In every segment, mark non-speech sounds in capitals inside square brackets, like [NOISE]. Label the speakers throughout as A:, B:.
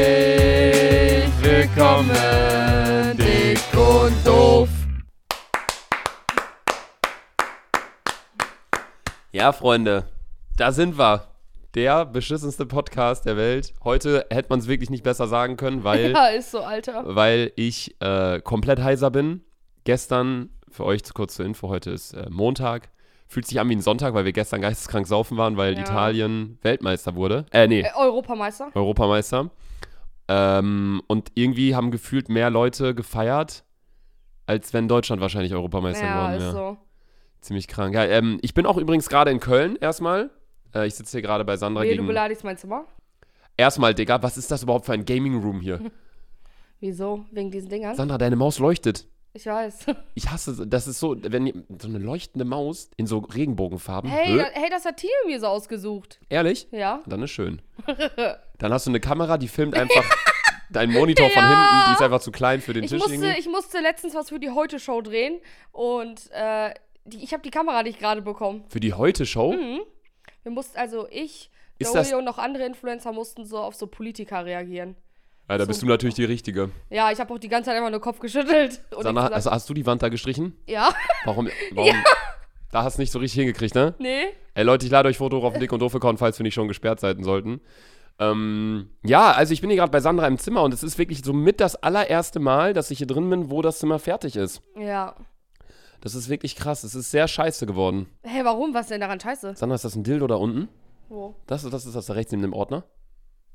A: Herzlich willkommen, dick und doof.
B: Ja, Freunde, da sind wir. Der beschissenste Podcast der Welt. Heute hätte man es wirklich nicht besser sagen können,
A: [LAUGHS]
B: weil,
A: Ja, ist so, Alter.
B: weil ich äh, komplett heiser bin. Gestern, für euch zu kurz zur Info, heute ist äh, Montag. Fühlt sich an wie ein Sonntag, weil wir gestern geisteskrank saufen waren, weil
A: Ja.
B: Italien Weltmeister wurde. Äh, nee,
A: Äh, Europameister?
B: Europameister. Ähm, und irgendwie haben gefühlt mehr Leute gefeiert, als wenn Deutschland wahrscheinlich Europameister
A: Ja,
B: geworden
A: ist so.
B: wäre. Ziemlich krank. Ja, ähm, ich bin auch übrigens gerade in Köln erstmal. Äh, ich sitze hier gerade bei Sandra
A: Nee, du
B: gegen.
A: beleidigst mein Zimmer?
B: Erstmal, Digga, was ist das überhaupt für ein Gaming Room hier?
A: [LAUGHS] Wieso? Wegen diesen Dingern?
B: Sandra, deine Maus leuchtet.
A: Ich weiß. [LAUGHS]
B: Ich hasse, es. das ist so, wenn ihr- so eine leuchtende Maus in so Regenbogenfarben.
A: Hey,
B: Hö?
A: da, hey, das hat Tino mir so ausgesucht.
B: Ehrlich?
A: Ja?
B: Dann
A: [LAUGHS]
B: ist schön. Dann hast du eine Kamera, die filmt einfach deinen Monitor von
A: Ja.
B: hinten, die ist einfach zu klein für den
A: Ich
B: Tisch
A: musste,
B: irgendwie.
A: ich musste letztens was für die Heute-Show drehen und äh, die, ich habe die Kamera nicht gerade bekommen.
B: Für die Heute-Show?
A: Mhm. Wir mussten, also ich,
B: Ist
A: Joey
B: das-
A: und noch andere Influencer mussten so auf so Politiker reagieren.
B: Ja, da bist du natürlich die Richtige.
A: Ja, ich habe auch die ganze Zeit einfach nur Kopf geschüttelt. [LAUGHS] Und
B: Sandra,
A: nichts
B: also hast du die Wand da gestrichen?
A: gesagt. ja, [LAUGHS]
B: Warum? warum Da hast du nicht so richtig hingekriegt, ne?
A: nee.
B: Ey Leute, ich lade euch Foto auf den Dick und Doof Account, falls wir nicht schon gesperrt sein sollten. Ähm, ja, also ich bin hier gerade bei Sandra im Zimmer und es ist wirklich so mit das allererste Mal, dass ich hier drin bin, wo das Zimmer fertig ist.
A: Ja.
B: Das ist wirklich krass. Es ist sehr scheiße geworden.
A: Hä, hey, warum? Was ist denn daran scheiße?
B: Sandra, ist das ein Dildo da unten?
A: Wo?
B: Das, das ist das da rechts neben dem Ordner?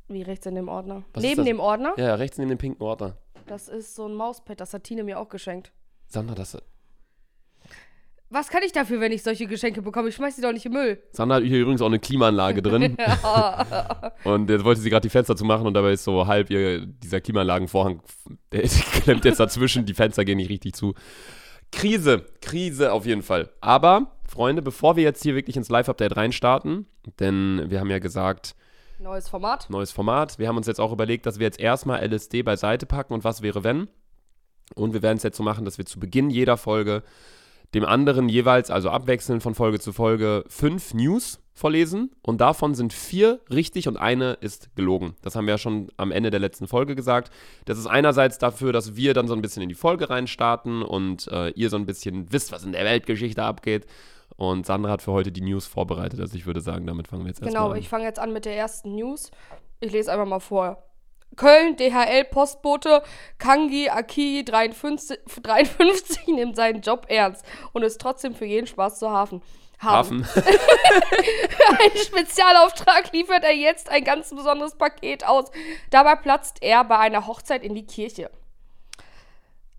A: Wie rechts in dem Ordner?
B: Was ist
A: Neben
B: das?
A: dem Ordner?
B: Ja, ja, rechts neben dem pinken Ordner.
A: Das ist so ein Mauspad, das hat Tine mir auch geschenkt.
B: Sandra, das.
A: Was kann ich dafür, wenn ich solche Geschenke bekomme? Ich schmeiß sie doch nicht im Müll. [LAUGHS]
B: Sandra hat hier übrigens auch eine Klimaanlage drin. und jetzt wollte sie gerade die Fenster zumachen und dabei ist so halb ihr, dieser Klimaanlagenvorhang, [LAUGHS] der ist- klemmt jetzt dazwischen, die Fenster gehen nicht richtig zu. Krise, Krise auf jeden Fall. Aber, Freunde, bevor wir jetzt hier wirklich ins Live-Update reinstarten, denn wir haben ja gesagt,
A: Neues Format.
B: neues Format, wir haben uns jetzt auch überlegt, dass wir jetzt erstmal LSD beiseite packen und was wäre wenn. Und wir werden es jetzt so machen, dass wir zu Beginn jeder Folge dem anderen jeweils, also abwechselnd von Folge zu Folge, fünf News vorlesen. Und davon sind vier richtig und eine ist gelogen. Das haben wir ja schon am Ende der letzten Folge gesagt. Das ist einerseits dafür, dass wir dann so ein bisschen in die Folge reinstarten und äh, ihr so ein bisschen wisst, was in der Weltgeschichte abgeht. Und Sandra hat für heute die News vorbereitet. Also ich würde sagen, damit fangen wir jetzt erstmal
A: Genau,
B: an.
A: ich fange jetzt an mit der ersten News. Ich lese einfach mal vor. Köln, DHL Postbote, Kangi Aki [LAUGHS] 53, 53 nimmt seinen Job ernst und ist trotzdem für jeden Spaß zu Hafen.
B: Hafen.
A: Ein [LAUGHS] Spezialauftrag liefert er jetzt ein ganz besonderes Paket aus. Dabei platzt er bei einer Hochzeit in die Kirche.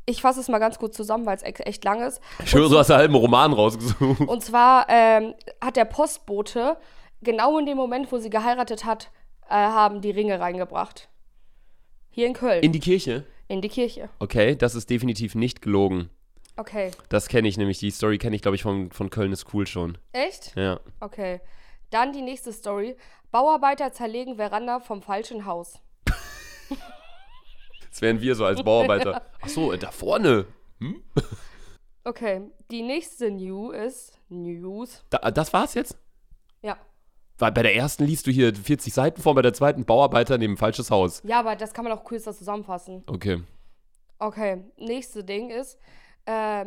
A: Ich fasse es mal ganz kurz zusammen, weil es ex- echt lang ist.
B: Ich höre, du hast einen halben Roman rausgesucht.
A: Und zwar ähm, hat der Postbote genau in dem Moment, wo sie geheiratet hat, äh, haben die Ringe reingebracht. Hier in Köln, in,
B: [LAUGHS] In die Kirche?
A: die Kirche.
B: Okay, das ist definitiv nicht gelogen.
A: Okay.
B: Das kenne ich nämlich. Die Story kenne ich, glaube ich, von, von Köln ist cool schon.
A: Echt?
B: Ja.
A: Okay. Dann die nächste Story. Bauarbeiter zerlegen Veranda vom falschen Haus.
B: Das wären wir [LAUGHS] so als Bauarbeiter. Ach so, äh, da vorne.
A: Okay. Die nächste New ist News.
B: Da, das war's jetzt?
A: Ja.
B: Weil bei der ersten liest du hier 40 Seiten vor, bei der zweiten Bauarbeiter neben falsches Haus.
A: Ja, aber das kann man auch kürzer zusammenfassen.
B: Okay. [LAUGHS]
A: Okay, nächste Ding ist, äh,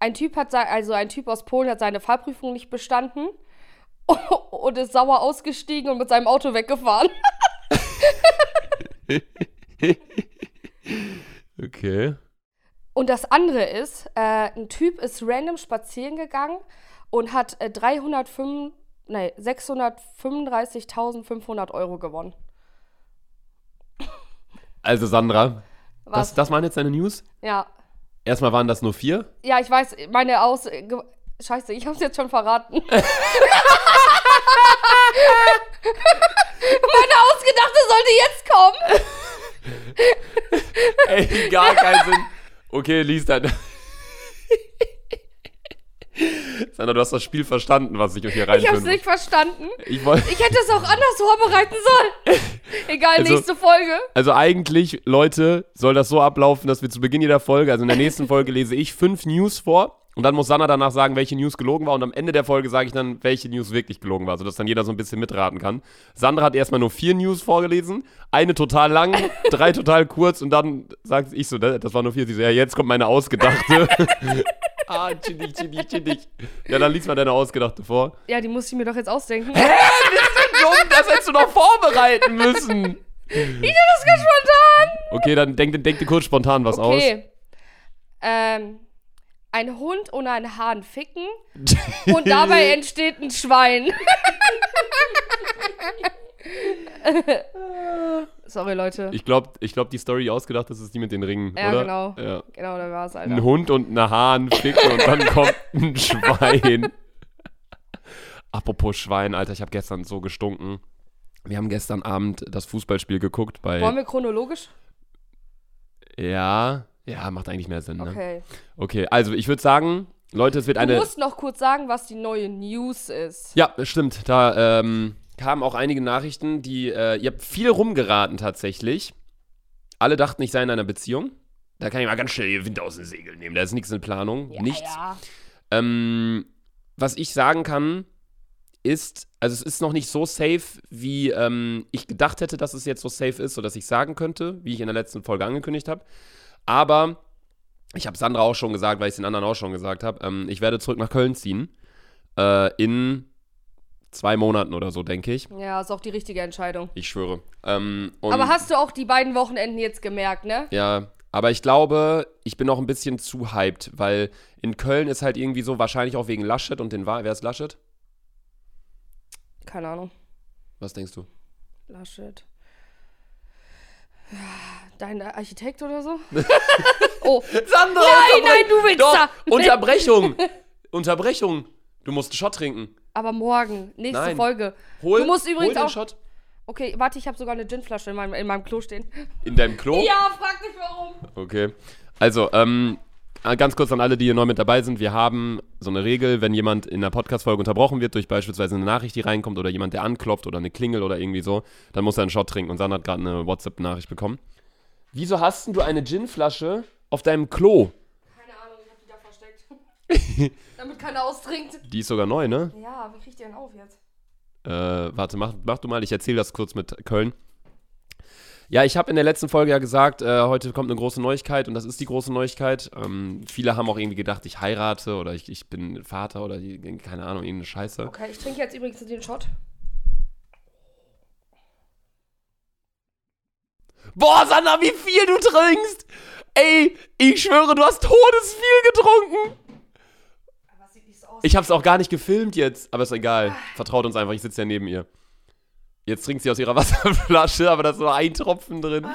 A: ein Typ hat sei- also ein Typ aus Polen hat seine Fahrprüfung nicht bestanden [LAUGHS] und ist sauer ausgestiegen und mit seinem Auto weggefahren.
B: Okay.
A: Und das andere ist, äh, ein Typ ist random spazieren gegangen und hat äh, 305, nee, 635.500 Euro gewonnen.
B: Also, Sandra,
A: Was?
B: das, das waren jetzt deine News?
A: ja.
B: Erstmal waren das nur vier.
A: ja, ich weiß, meine Aus... Ge- Scheiße, ich hab's jetzt schon
B: [LAUGHS]
A: verraten. meine Ausgedachte sollte jetzt kommen.
B: Ey, gar keinen Sinn. Okay,
A: [LAUGHS]
B: lies deine. Sandra, du hast das Spiel verstanden, was ich euch hier
A: Ich hab's
B: reinfinde.
A: nicht verstanden.
B: Ich wollte.
A: Ich hätte es auch anders vorbereiten
B: [LAUGHS]
A: sollen. Egal,
B: Also-
A: nächste Folge.
B: Also eigentlich, Leute, soll das so ablaufen, dass wir zu Beginn jeder Folge, also in der nächsten Folge lese ich fünf News vor Und dann muss Sanna danach sagen, welche News gelogen war. Und am Ende der Folge sage ich dann, welche News wirklich gelogen war, sodass dann jeder so ein bisschen mitraten kann. Sandra hat erstmal nur vier News vorgelesen. Eine total lang, [LAUGHS] drei total kurz. Und dann sage ich so, ne, das das war nur vier. Sie so, ja, jetzt kommt meine [LAUGHS] ausgedachte. ah, chillig, chillig, chillig. Ja, dann liest mal deine ausgedachte vor.
A: Ja, die muss ich mir doch jetzt ausdenken.
B: Hä? Wir sind dumm, das hättest du noch vorbereiten müssen.
A: Ich hab das ganz spontan.
B: Okay, dann denk, denk dir kurz spontan was aus.
A: Okay. Ähm, ein Hund und ein Hahn
B: [LAUGHS]
A: ficken und dabei entsteht ein Schwein. [LAUGHS] Sorry, Leute.
B: Ich glaube, ich glaub, die Story die ausgedacht ist, ist die mit den Ringen,
A: Ja,
B: oder?
A: genau.
B: Ja.
A: Genau, da war's,
B: Ein
A: Alter.
B: Hund und eine Hahn ficken und
A: [LAUGHS]
B: dann kommt ein Schwein. Apropos Schwein, Alter, ich habe gestern so gestunken. Wir haben gestern Abend das Fußballspiel geguckt
A: Wollen
B: bei.
A: wir chronologisch?
B: Ja, ja, macht eigentlich mehr Sinn, ne? Okay,
A: Okay.
B: also ich würde sagen, Leute, es wird
A: Du
B: eine.
A: musst noch kurz sagen, was die neue News ist.
B: Ja, das stimmt. Da ähm, kamen auch einige Nachrichten, die. Äh, ihr habt viel rumgeraten tatsächlich. Alle dachten, ich sei in einer Beziehung. Da kann ich mal ganz schnell den Wind aus den Segeln nehmen. Da ist nichts in Planung. nichts.
A: Ja.
B: Ähm, was ich sagen kann, ist, also es ist noch nicht so safe, wie ähm, ich gedacht hätte, dass es jetzt so safe ist, sodass ich sagen könnte, wie ich in der letzten Folge angekündigt habe. Aber ich habe Sandra auch schon gesagt, weil ich es den anderen auch schon gesagt habe, ähm, ich werde zurück nach Köln ziehen. Äh, in zwei Monaten oder so, denke ich.
A: ja, ist auch die richtige Entscheidung.
B: Ich schwöre. Ähm, und
A: Aber hast du auch die beiden Wochenenden jetzt gemerkt, ne?
B: ja, aber ich glaube, ich bin noch ein bisschen zu hyped, weil in Köln ist halt irgendwie so, wahrscheinlich auch wegen Laschet und den Wahl. Wer ist Laschet?
A: Keine Ahnung.
B: Was denkst du?
A: Laschet. Dein Architekt oder
B: [LAUGHS]
A: so? oh.
B: Sandra!
A: Nein,
B: unterbrech-
A: nein, du willst da.
B: Doch, Unterbrechung! Unterbrechung! Du musst einen Shot trinken.
A: Aber morgen, nächste
B: Nein.
A: Folge.
B: Hol,
A: du musst
B: hol
A: übrigens
B: den
A: auch.
B: Shot
A: Okay, warte, ich habe sogar eine Ginflasche in meinem, in meinem Klo stehen.
B: in deinem Klo.
A: Ja, frag nicht warum.
B: Okay. Also, ähm, ganz kurz an alle, die hier neu mit dabei sind. Wir haben so eine Regel, wenn jemand in einer Podcast-Folge unterbrochen wird, durch beispielsweise eine Nachricht, die reinkommt, oder jemand, der anklopft oder eine Klingel oder irgendwie so, dann muss er einen Shot trinken. Und Sandra hat gerade eine WhatsApp-Nachricht bekommen. Wieso hast denn du eine Ginflasche auf deinem Klo?
A: Keine Ahnung, ich hab die da
B: [LAUGHS]
A: versteckt. Damit keiner austrinkt.
B: Die ist sogar neu, ne?
A: Ja, wie kriegt ihr denn auf jetzt?
B: Äh, warte, mach, mach du mal, ich erzähle das kurz mit Köln. Ja, ich habe in der letzten Folge ja gesagt, äh, heute kommt eine große Neuigkeit und das ist die große Neuigkeit. Ähm, viele haben auch irgendwie gedacht, ich heirate oder ich, ich bin Vater oder die, keine Ahnung, irgendeine Scheiße.
A: Okay, ich trinke jetzt übrigens den Shot.
B: Boah, Sandra, wie viel du trinkst! Ey, ich schwöre, du hast todesviel getrunken!
A: Aber es sieht nicht so aus.
B: Ich hab's auch gar nicht gefilmt jetzt, aber ist egal. Vertraut uns einfach, ich sitze ja neben ihr. Jetzt trinkt sie aus ihrer [LAUGHS] Wasserflasche, aber da ist nur ein Tropfen drin.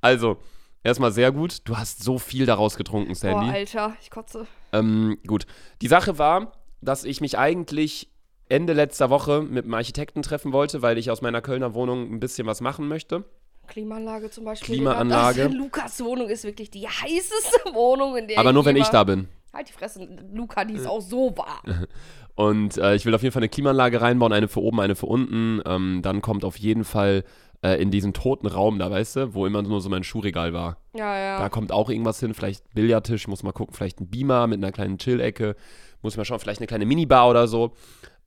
B: Also, erstmal sehr gut. Du hast so viel daraus getrunken,
A: Boah,
B: Sandy.
A: Alter, ich kotze.
B: Ähm, gut. Die Sache war, dass ich mich eigentlich Ende letzter Woche mit einem Architekten treffen wollte, weil ich aus meiner Kölner Wohnung ein bisschen was machen möchte.
A: Klimaanlage zum Beispiel.
B: Klimaanlage.
A: Also, Lukas Wohnung ist wirklich die heißeste [LAUGHS] Wohnung, in der
B: Aber nur wenn
A: je
B: ich
A: war.
B: da bin.
A: Halt die Fresse, Luca, die ist auch so warm.
B: Und äh, ich will auf jeden Fall eine Klimaanlage reinbauen, eine für oben, eine für unten. Ähm, dann kommt auf jeden Fall äh, in diesen toten Raum da, weißt du, wo immer nur so mein Schuhregal war.
A: Ja,
B: Äh. Da
A: ja.
B: kommt auch irgendwas hin, vielleicht ein Billardtisch, muss mal gucken, vielleicht ein Beamer mit einer kleinen Chill-Ecke, muss ich mal schauen, vielleicht eine kleine Minibar oder so.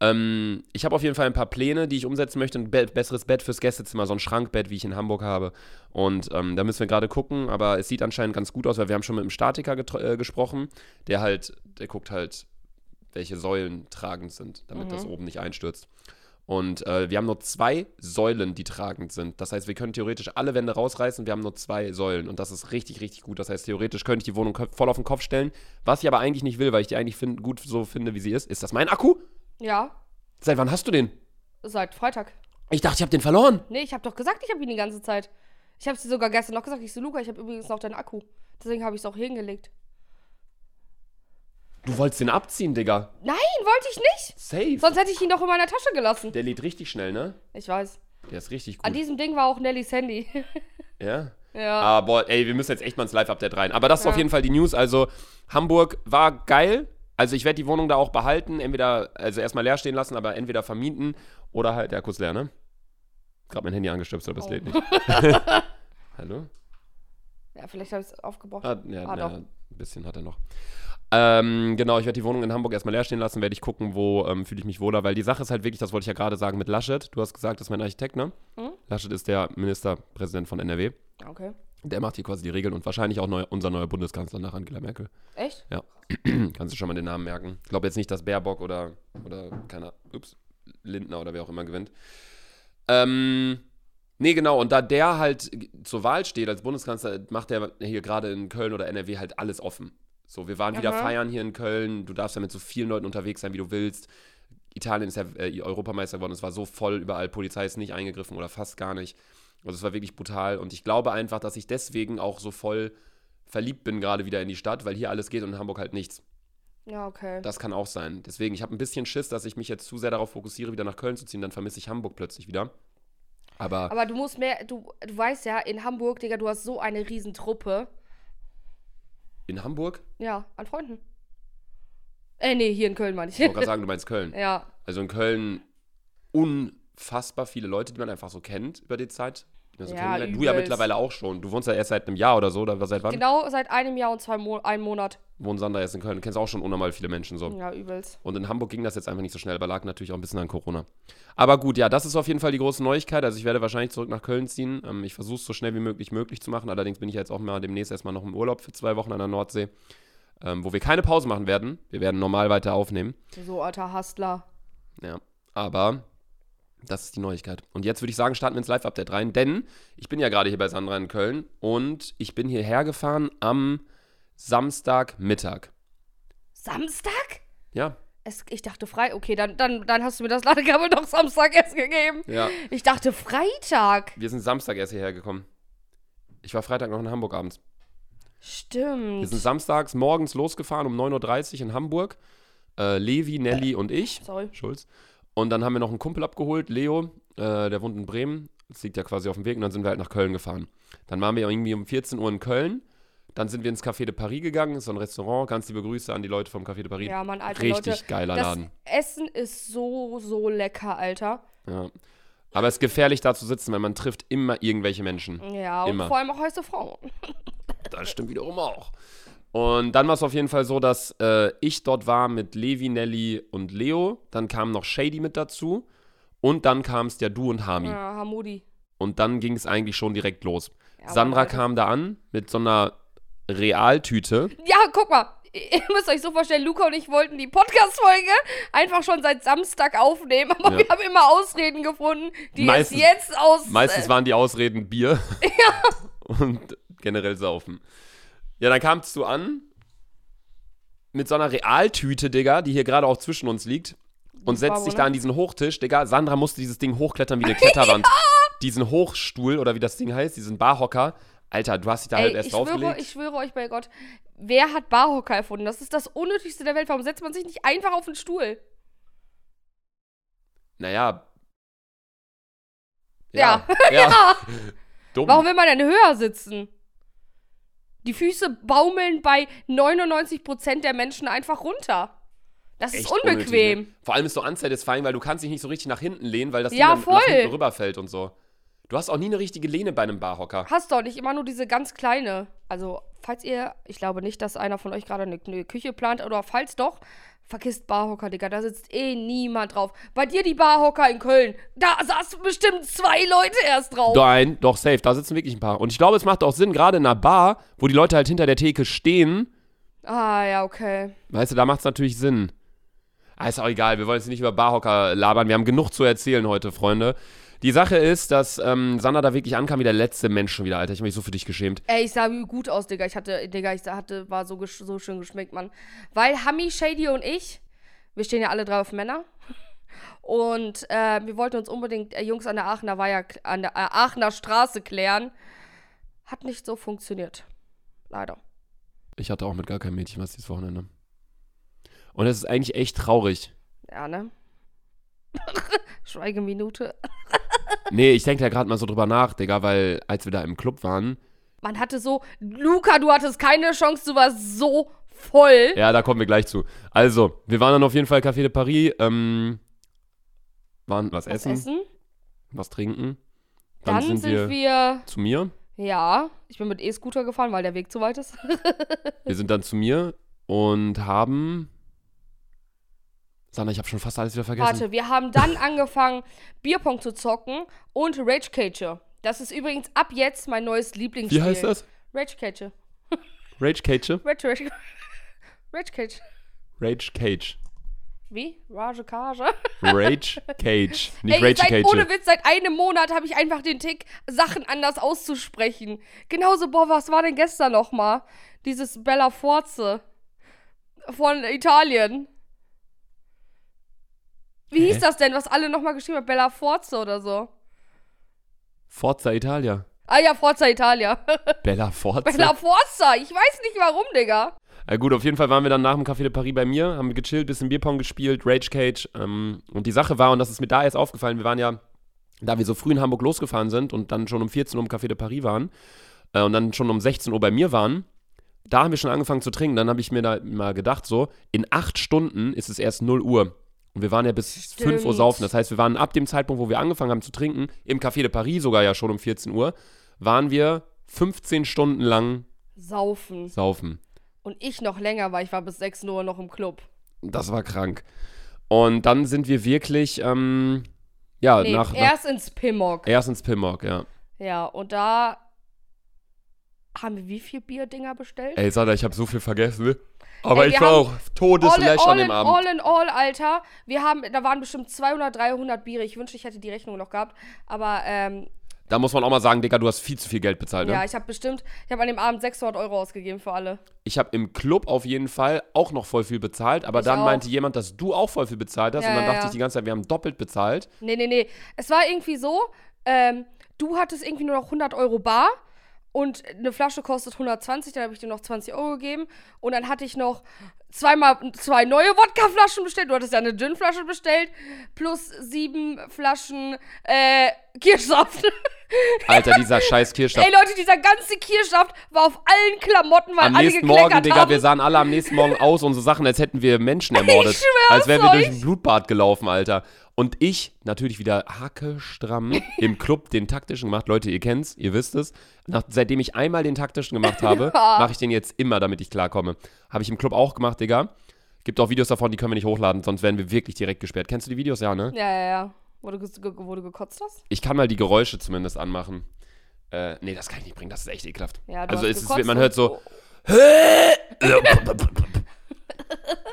B: Ähm, ich habe auf jeden Fall ein paar Pläne, die ich umsetzen möchte. Ein Be besseres Bett fürs Gästezimmer, so ein Schrankbett, wie ich in Hamburg habe. Und ähm, da müssen wir gerade gucken, aber es sieht anscheinend ganz gut aus, weil wir haben schon mit einem Statiker getro- äh, gesprochen, der halt, der guckt halt, welche Säulen tragend sind, damit das oben nicht einstürzt. Und äh, wir haben nur zwei Säulen, die tragend sind. Das heißt, wir können theoretisch alle Wände rausreißen. Wir haben nur zwei Säulen. Und das ist richtig, richtig gut. Das heißt, theoretisch könnte ich die Wohnung kö- voll auf den Kopf stellen. Was ich aber eigentlich nicht will, weil ich die eigentlich find, gut so finde, wie sie ist. Ist das mein Akku?
A: Ja,
B: Seit wann hast du den?
A: seit Freitag.
B: Ich dachte, ich habe den verloren.
A: Nee, ich habe doch gesagt, ich habe ihn die ganze Zeit. Ich habe dir sogar gestern noch gesagt. Ich so, Luca, ich habe übrigens noch deinen Akku. Deswegen habe ich es auch hier hingelegt.
B: Du wolltest den abziehen, Digga.
A: Nein, wollte ich nicht.
B: Safe.
A: Sonst hätte ich ihn doch in meiner Tasche gelassen.
B: Der lädt richtig schnell, ne?
A: Ich weiß.
B: Der ist richtig
A: An
B: gut.
A: diesem Ding war auch Nellys Handy. [LAUGHS]
B: Ja.
A: ja.
B: Ah, boah, ey, wir müssen jetzt echt mal ins Live-Update rein. Aber das ist auf
A: Ja.
B: jeden Fall die News. Also, Hamburg war geil. Also, ich werde die Wohnung da auch behalten. Entweder, also erstmal leer stehen lassen, aber entweder vermieten oder halt, der Akku ist leer, ne? Gerade mein Handy angestöpselt, aber es
A: Oh. [LAUGHS]
B: lädt nicht. Hallo?
A: Ja, vielleicht habe ich es aufgebraucht.
B: Ah, ja,
A: Ah,
B: na,
A: doch.
B: ein bisschen hat er noch. Ähm, genau, ich werde die Wohnung in Hamburg erstmal leer stehen lassen, werde ich gucken, wo ähm, fühle ich mich wohler, weil die Sache ist halt wirklich, das wollte ich ja gerade sagen mit Laschet. Du hast gesagt, das ist mein Architekt, ne?
A: Mhm.
B: Laschet ist der Ministerpräsident von NRW.
A: Okay.
B: Der macht hier quasi die Regeln und wahrscheinlich auch neu, unser neuer Bundeskanzler nach Angela Merkel.
A: Echt?
B: [CLEARS THROAT] Kannst du schon mal den Namen merken. Ich glaube jetzt nicht, dass Baerbock oder, oder keiner, ups, Lindner oder wer auch immer gewinnt. Ähm, nee, genau. Und da der halt zur Wahl steht als Bundeskanzler, macht der hier gerade in Köln oder NRW halt alles offen. So, wir waren wieder
A: Aha.
B: feiern hier in Köln. Du darfst ja mit so vielen Leuten unterwegs sein, wie du willst. Italien ist ja äh, Europameister geworden. Es war so voll überall. Polizei ist nicht eingegriffen oder fast gar nicht. Also es war wirklich brutal. Und ich glaube einfach, dass ich deswegen auch so voll verliebt bin gerade wieder in die Stadt, weil hier alles geht und in Hamburg halt nichts.
A: Ja, okay.
B: Das kann auch sein. Deswegen, ich habe ein bisschen Schiss, dass ich mich jetzt zu sehr darauf fokussiere, wieder nach Köln zu ziehen. Dann vermisse ich Hamburg plötzlich wieder. Aber,
A: Aber du musst mehr, du, du weißt ja, in Hamburg, Digga, du hast so eine riesen Truppe.
B: in Hamburg?
A: Ja, an Freunden. Äh, nee, hier in Köln meine ich.
B: Ich
A: [LAUGHS]
B: wollte gerade sagen, du meinst Köln.
A: ja.
B: Also in Köln unfassbar viele Leute, die man einfach so kennt über die Zeit. Die man so
A: Ja,
B: kennengelernt. du ja
A: übelst.
B: mittlerweile auch schon. Du wohnst ja erst seit einem Jahr oder so, oder seit wann?
A: Genau seit einem Jahr und zwei Mo einem Monat.
B: Wohnst dann da erst in Köln. Du kennst auch schon unnormal viele Menschen so.
A: Ja, übelst.
B: Und in Hamburg ging das jetzt einfach nicht so schnell, aber lag natürlich auch ein bisschen an Corona. Aber gut, ja, das ist auf jeden Fall die große Neuigkeit. Also ich werde wahrscheinlich zurück nach Köln ziehen. Ähm, ich versuche es so schnell wie möglich möglich zu machen. Allerdings bin ich ja jetzt auch mal demnächst erstmal noch im Urlaub für zwei Wochen an der Nordsee, ähm, wo wir keine Pause machen werden. Wir werden normal weiter aufnehmen.
A: So alter Hustler.
B: Ja, aber das ist die Neuigkeit. Und jetzt würde ich sagen, starten wir ins Live-Update rein, denn ich bin ja gerade hier bei Sandra in Köln und ich bin hierher gefahren am Samstagmittag.
A: Samstag?
B: Ja,
A: Es, ich dachte frei. Okay, dann, dann, dann hast du mir das Ladekabel doch Samstag erst gegeben.
B: ja.
A: Ich dachte Freitag.
B: Wir sind Samstag erst hierher gekommen. Ich war Freitag noch in Hamburg abends. Wir
A: Stimmt.
B: sind samstags morgens losgefahren um 9.30 Uhr in Hamburg. Äh, Levi, Nelly und ich.
A: Sorry.
B: Schulz. Und dann haben wir noch einen Kumpel abgeholt, Leo, äh, der wohnt in Bremen. Das liegt ja quasi auf dem Weg. Und dann sind wir halt nach Köln gefahren. Dann waren wir irgendwie um 14 Uhr in Köln. Dann sind wir ins Café de Paris gegangen, ist so ein Restaurant. Ganz liebe Grüße an die Leute vom Café de Paris.
A: Ja, Mann, alte
B: Richtig
A: Leute.
B: geiler
A: das
B: Laden.
A: Essen ist so, so lecker, Alter.
B: Ja. Aber es ist gefährlich, da zu sitzen, weil man trifft immer irgendwelche Menschen.
A: Ja, und
B: Immer.
A: vor allem auch heiße Frauen.
B: Das stimmt wiederum auch. Und dann war es auf jeden Fall so, dass äh, ich dort war mit Levi, Nelly und Leo. Dann kam noch Shady mit dazu. Und dann kamst ja du und Hami.
A: Ja, Hamudi.
B: Und dann ging es eigentlich schon direkt los.
A: Ja, also
B: Sandra
A: Mann, Alter.
B: kam da an mit so einer Realtüte.
A: Ja, guck mal. [LAUGHS] Ihr müsst euch so vorstellen, Luca und ich wollten die Podcast-Folge einfach schon seit Samstag aufnehmen, aber
B: Ja.
A: wir haben immer Ausreden gefunden, die
B: Meistens-
A: es jetzt aus.
B: Meistens waren die
A: [LAUGHS]
B: Ausreden Bier [LAUGHS] und generell saufen. Ja, dann kamst du an mit so einer Realtüte, Digga, die hier gerade auch zwischen uns liegt. Und setzt
A: Babo,
B: dich
A: ne?
B: da an diesen Hochtisch, Digga. Sandra musste dieses Ding
A: [LAUGHS]
B: hochklettern wie eine Kletterwand. Diesen Hochstuhl oder wie das Ding heißt, diesen Barhocker. Alter, du hast dich da halt
A: Ey,
B: erst
A: ich schwöre,
B: draufgelegt.
A: ich schwöre euch bei Gott, wer hat Barhocker erfunden? Das ist das Unnötigste der Welt. Warum setzt man sich nicht einfach auf den Stuhl?
B: naja.
A: Ja. [LAUGHS]
B: Ja. ja. Dumm.
A: Warum will man denn höher sitzen? Die Füße baumeln bei 99% der Menschen einfach runter. Das ist
B: Echt
A: unbequem.
B: unnötig, ne? Vor allem ist so unsatisfying, weil du kannst dich nicht so richtig nach hinten lehnen, weil das
A: Ja,
B: Ding dann nach
A: voll.
B: hinten rüberfällt und so. Du hast auch nie eine richtige Lehne bei einem Barhocker.
A: Hast doch nicht immer nur diese ganz kleine. Also, falls ihr, ich glaube nicht, dass einer von euch gerade eine, eine Küche plant, oder falls doch, vergisst Barhocker, Digga. Da sitzt eh niemand drauf. Bei dir die Barhocker in Köln. Da saßen bestimmt zwei Leute erst drauf.
B: Nein, doch safe, da sitzen wirklich ein paar. Und ich glaube, es macht auch Sinn, gerade in einer Bar, wo die Leute halt hinter der Theke stehen,
A: Ah, ja, okay.
B: weißt du, da macht es natürlich Sinn. Ah, ist auch egal, wir wollen jetzt nicht über Barhocker labern, wir haben genug zu erzählen heute, Freunde. Die Sache ist, dass ähm, Sander da wirklich ankam wie der letzte Mensch schon wieder, Alter. Ich habe mich so für dich geschämt.
A: Ey, ich sah gut aus, Digga. Ich hatte, Digga, ich hatte, war so, gesch- so schön geschminkt, Mann. Weil Hami, Shady und ich, wir stehen ja alle drei auf Männer. [LAUGHS] Und äh, wir wollten uns unbedingt äh, Jungs an der Aachener Weiher, an der äh, Aachener Straße klären. Hat nicht so funktioniert. Leider.
B: Ich hatte auch mit gar keinem Mädchen was dieses Wochenende. Und das ist eigentlich echt traurig.
A: Ja, ne? [LAUGHS] Schweigeminute.
B: Nee, ich denke da gerade mal so drüber nach, Digga, weil als wir da im Club waren,
A: Man hatte so, Luca, du hattest keine Chance, du warst so voll.
B: ja, da kommen wir gleich zu. Also, wir waren dann auf jeden Fall Café de Paris, ähm, waren was,
A: Was
B: essen,
A: essen?
B: was trinken.
A: Dann, sind, wir,
B: zu mir.
A: ja, ich bin mit E-Scooter gefahren, weil der Weg zu weit ist.
B: Wir sind dann zu mir und haben. Sandra, ich habe schon fast alles wieder vergessen.
A: Warte, wir haben dann angefangen, Bierpong zu zocken und Rage Cage. Das ist übrigens ab jetzt mein neues
B: Wie
A: Lieblingsspiel.
B: heißt das?
A: Rage Cage.
B: Rage Cage?
A: Rage, Rage, Rage Cage.
B: Rage Cage.
A: Wie? Rage Cage? [LAUGHS]
B: Rage Cage. Nicht
A: Ey,
B: Rage
A: seit, ohne
B: Cage.
A: Witz, seit einem Monat habe ich einfach den Tick, Sachen anders auszusprechen. Genauso, boah, was war denn gestern nochmal? Dieses Bella Forze von Italien. Wie
B: Hä?
A: hieß das denn, was alle nochmal geschrieben haben? Bella Forze oder so.
B: Forza Italia.
A: Ah ja, Forza Italia. [LAUGHS]
B: Bella Forza.
A: Bella Forza. Ich weiß nicht warum, Digga.
B: Äh, gut, auf jeden Fall waren wir dann nach dem Café de Paris bei mir, haben gechillt, bisschen Bierpong gespielt, Rage Cage. Ähm, und die Sache war, und das ist mir da erst aufgefallen, wir waren ja, da wir so früh in Hamburg losgefahren sind und dann schon um 14 Uhr im Café de Paris waren äh, und dann schon um 16 Uhr bei mir waren, da haben wir schon angefangen zu trinken. Dann habe ich mir da mal gedacht, so, in acht Stunden ist es erst 0 Uhr. Und wir waren ja bis
A: Stimmt.
B: 5 Uhr saufen. Das heißt, wir waren ab dem Zeitpunkt, wo wir angefangen haben zu trinken, im Café de Paris sogar ja schon um 14 Uhr, waren wir 15 Stunden lang
A: Saufen.
B: saufen.
A: Und ich noch länger, weil ich war bis 6 Uhr noch im Club.
B: Das war krank. Und dann sind wir wirklich, ähm, ja,
A: Nee,
B: nach, nach
A: erst ins Pimmock.
B: erst ins Pimmock, ja.
A: Ja, und da haben wir wie viel Bierdinger bestellt?
B: Ey, Sada, ich habe so viel vergessen. ne? Aber
A: Ey,
B: ich
A: wir
B: war
A: haben
B: auch todesläch
A: all,
B: an
A: in,
B: dem Abend.
A: all in all, Alter, wir haben, da waren bestimmt 200, 300 Biere. Ich wünschte, ich hätte die Rechnung noch gehabt. Aber ähm,
B: Da muss man auch mal sagen, Digga, du hast viel zu viel Geld bezahlt. Ne?
A: ja, ich habe bestimmt, ich habe an dem Abend 600 Euro ausgegeben für alle.
B: Ich habe im Club auf jeden Fall auch noch voll viel bezahlt, aber
A: Ich
B: dann
A: auch.
B: meinte jemand, dass du auch voll viel bezahlt hast.
A: Ja,
B: und dann
A: ja,
B: dachte
A: ja.
B: ich die ganze Zeit, wir haben doppelt bezahlt.
A: Nee, nee, nee. Es war irgendwie so, ähm, du hattest irgendwie nur noch 100 Euro bar und eine Flasche kostet 120, dann habe ich dir noch 20 Euro gegeben und dann hatte ich noch zweimal zwei neue Wodkaflaschen bestellt, du hattest ja eine Dünnflasche bestellt, plus sieben Flaschen äh,
B: [LAUGHS]
A: Kirschsaft.
B: Alter,
A: [LAUGHS]
B: dieser scheiß Kirschsaft.
A: Ey Leute, dieser ganze Kirschsaft war auf allen Klamotten, weil
B: Am
A: alle
B: nächsten
A: gekleckert
B: Morgen, Digga,
A: haben.
B: wir sahen alle am nächsten Morgen aus und so Sachen, als hätten wir Menschen ermordet.
A: [LAUGHS] Ich schwör's
B: als wären wir durch
A: euch.
B: ein Blutbad gelaufen, Alter. Und ich natürlich wieder hackestramm
A: [LAUGHS]
B: im Club den taktischen gemacht. Leute, ihr kennt's, ihr wisst es. Nach, seitdem ich einmal den taktischen gemacht habe,
A: [LAUGHS] Ja.
B: mache ich den jetzt immer, damit ich klarkomme. Habe ich im Club auch gemacht, Digga. Gibt auch Videos davon, die können wir nicht hochladen, sonst werden wir wirklich direkt gesperrt. Kennst du die Videos? Ja, ne?
A: ja, ja, ja. Wo du, ge- ge- wo du gekotzt hast?
B: Ich kann mal die Geräusche zumindest anmachen. Äh, nee, das kann ich nicht bringen, das ist echt ekelhaft.
A: Ja, du
B: also
A: hast
B: es ist,
A: gekotzt
B: man
A: und-
B: hört so.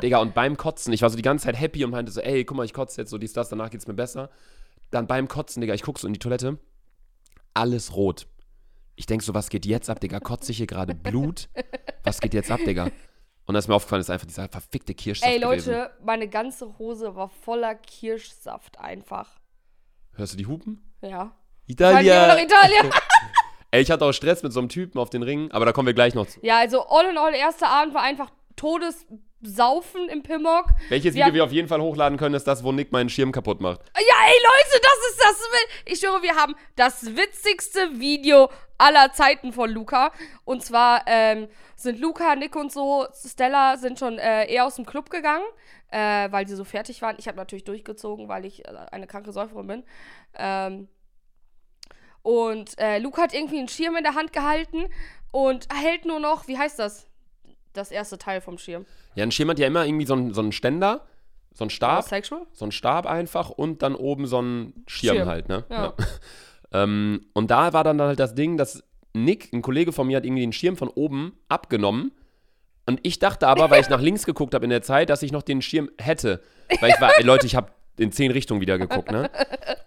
B: Digga, und beim Kotzen, ich war so die ganze Zeit happy und meinte so, ey, guck mal, ich kotze jetzt so dies, das, danach geht's mir besser. Dann beim Kotzen, Digga, ich guck so in die Toilette, alles rot. Ich denk so, was geht jetzt ab, Digga? Kotze ich hier gerade Blut? Was geht jetzt ab, Digga? Und das ist mir aufgefallen, ist einfach dieser verfickte Kirschsaft
A: Ey Leute,
B: gewesen.
A: meine ganze Hose war voller Kirschsaft einfach.
B: Hörst du die Hupen?
A: Ja. Fahren wir
B: Italia!
A: nach Italien. [LAUGHS]
B: Ey, ich hatte auch Stress mit so einem Typen auf den Ringen, aber da kommen wir gleich noch zu.
A: ja, also all in all, erster Abend war einfach Todessaufen im Pimmock. Wir
B: Welches Video
A: haben-
B: wir auf jeden Fall hochladen können, ist das, wo Nick meinen Schirm kaputt macht.
A: Ja, ey Leute, das ist das. Wi- Ich schwöre, wir haben das witzigste Video aller Zeiten von Luca. Und zwar ähm, sind Luca, Nick und so, Stella sind schon äh, eher aus dem Club gegangen, äh, weil sie so fertig waren. Ich habe natürlich durchgezogen, weil ich äh, eine kranke Säuferin bin. Ähm, und äh, Luca hat irgendwie einen Schirm in der Hand gehalten und hält nur noch, wie heißt das? Das erste Teil vom Schirm.
B: Ja, ein Schirm hat ja immer irgendwie so einen, so einen Ständer, so einen Stab,
A: Sexual?
B: so einen Stab einfach und dann oben so einen Schirm,
A: Schirm.
B: halt, ne?
A: Ja.
B: [LAUGHS] Ähm, und da war dann halt das Ding, dass Nick, ein Kollege von mir, hat irgendwie den Schirm von oben abgenommen. Und ich dachte aber, weil ich nach links geguckt habe in der Zeit, dass ich noch den Schirm hätte. Weil ich war, ey, Leute, ich habe in zehn Richtungen wieder geguckt, ne?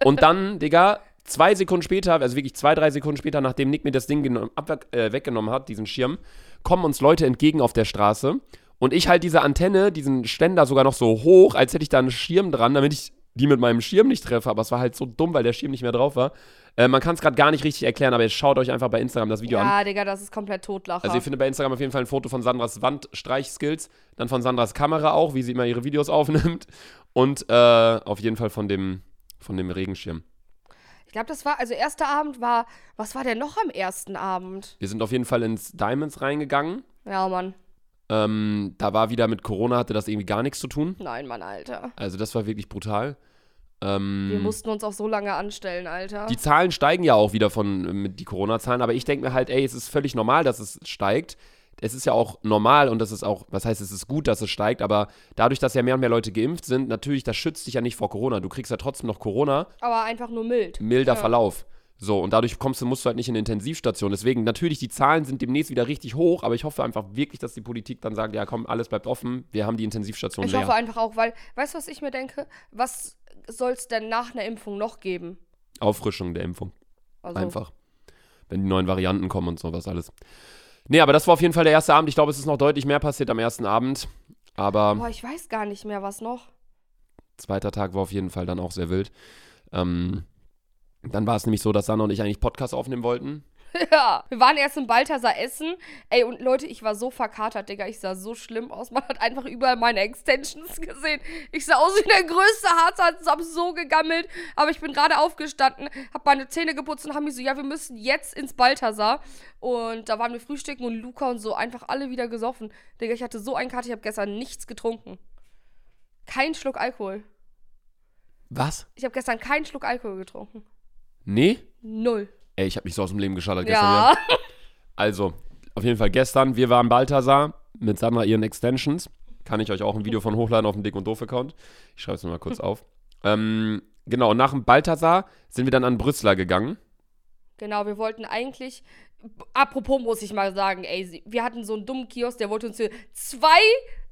B: Und dann, Digga, zwei Sekunden später, also wirklich zwei, drei Sekunden später, nachdem Nick mir das Ding geno- ab, äh, weggenommen hat, diesen Schirm, kommen uns Leute entgegen auf der Straße. Und ich halt diese Antenne, diesen Ständer sogar noch so hoch, als hätte ich da einen Schirm dran, damit ich die mit meinem Schirm nicht treffe. Aber es war halt so dumm, weil der Schirm nicht mehr drauf war. Äh, man kann es gerade gar nicht richtig erklären, aber jetzt schaut euch einfach bei Instagram das Video an.
A: Ja, Digga, das ist komplett Totlacher.
B: Also ihr findet bei Instagram auf jeden Fall ein Foto von Sandras Wandstreichskills, dann von Sandras Kamera auch, wie sie immer ihre Videos [LAUGHS] aufnimmt und äh, auf jeden Fall von dem, von dem Regenschirm.
A: Ich glaube, das war, also erster Abend war, was war denn noch am ersten Abend?
B: Wir sind auf jeden Fall ins Diamonds reingegangen.
A: Ja, Mann.
B: Ähm, da war wieder mit Corona, hatte das irgendwie gar nichts zu tun.
A: Nein, Mann, Alter.
B: Also das war wirklich brutal. Ähm,
A: Wir mussten uns auch so lange anstellen, Alter.
B: Die Zahlen steigen ja auch wieder von äh, mit die Corona-Zahlen, aber ich denke mir halt, ey, es ist völlig normal, dass es steigt. es ist ja auch normal und das ist auch, was heißt, es ist gut, dass es steigt, aber dadurch, dass ja mehr und mehr Leute geimpft sind, natürlich, das schützt dich ja nicht vor Corona. Du kriegst ja trotzdem noch Corona,
A: Aber einfach nur mild.
B: milder
A: Ja.
B: Verlauf. So, und dadurch kommst du, musst du halt nicht in eine Intensivstation. Deswegen, natürlich, die Zahlen sind demnächst wieder richtig hoch, aber ich hoffe einfach wirklich, dass die Politik dann sagt, ja komm, alles bleibt offen, wir haben die Intensivstation
A: Ich
B: leer.
A: hoffe einfach auch, weil, weißt du, was ich mir denke? Was soll es denn nach einer Impfung noch geben?
B: Auffrischung der Impfung.
A: Also,
B: Einfach. Wenn die neuen Varianten kommen und sowas alles. Nee, aber das war auf jeden Fall der erste Abend. Ich glaube, es ist noch deutlich mehr passiert am ersten Abend. Aber
A: Boah, ich weiß gar nicht mehr, was noch.
B: zweiter Tag war auf jeden Fall dann auch sehr wild. Ähm, dann war es nämlich so, dass Sanna und ich eigentlich Podcast aufnehmen wollten.
A: Ja, wir waren erst in Balthasar essen. Ey, und Leute, ich war so verkatert, Digga. Ich sah so schlimm aus. Man hat einfach überall meine Extensions [LAUGHS] gesehen. Ich sah aus wie der größte Harzarzt, hab so gegammelt. Aber ich bin gerade aufgestanden, hab meine Zähne geputzt und hab mich so, ja, wir müssen jetzt ins Balthasar. Und da waren wir frühstücken und Luca und so einfach alle wieder gesoffen. Digga, ich hatte so einen Kater, ich hab gestern nichts getrunken. Keinen Schluck Alkohol.
B: Was?
A: Ich hab gestern keinen Schluck Alkohol getrunken.
B: Nee?
A: Null.
B: Ey, ich habe mich so aus dem Leben geschallert gestern. Ja.
A: Ja.
B: Also, auf jeden Fall gestern, wir waren Balthasar mit Sandra ihren Extensions. Kann ich euch auch ein Video von hochladen auf dem Dick und Doof-Account. Ich schreibe es mal kurz auf. Ähm, genau, und nach dem Balthasar sind wir dann an Brüsseler gegangen.
A: Genau, wir wollten eigentlich. Apropos muss ich mal sagen, ey, sie- wir hatten so einen dummen Kiosk, der wollte uns hier zwei,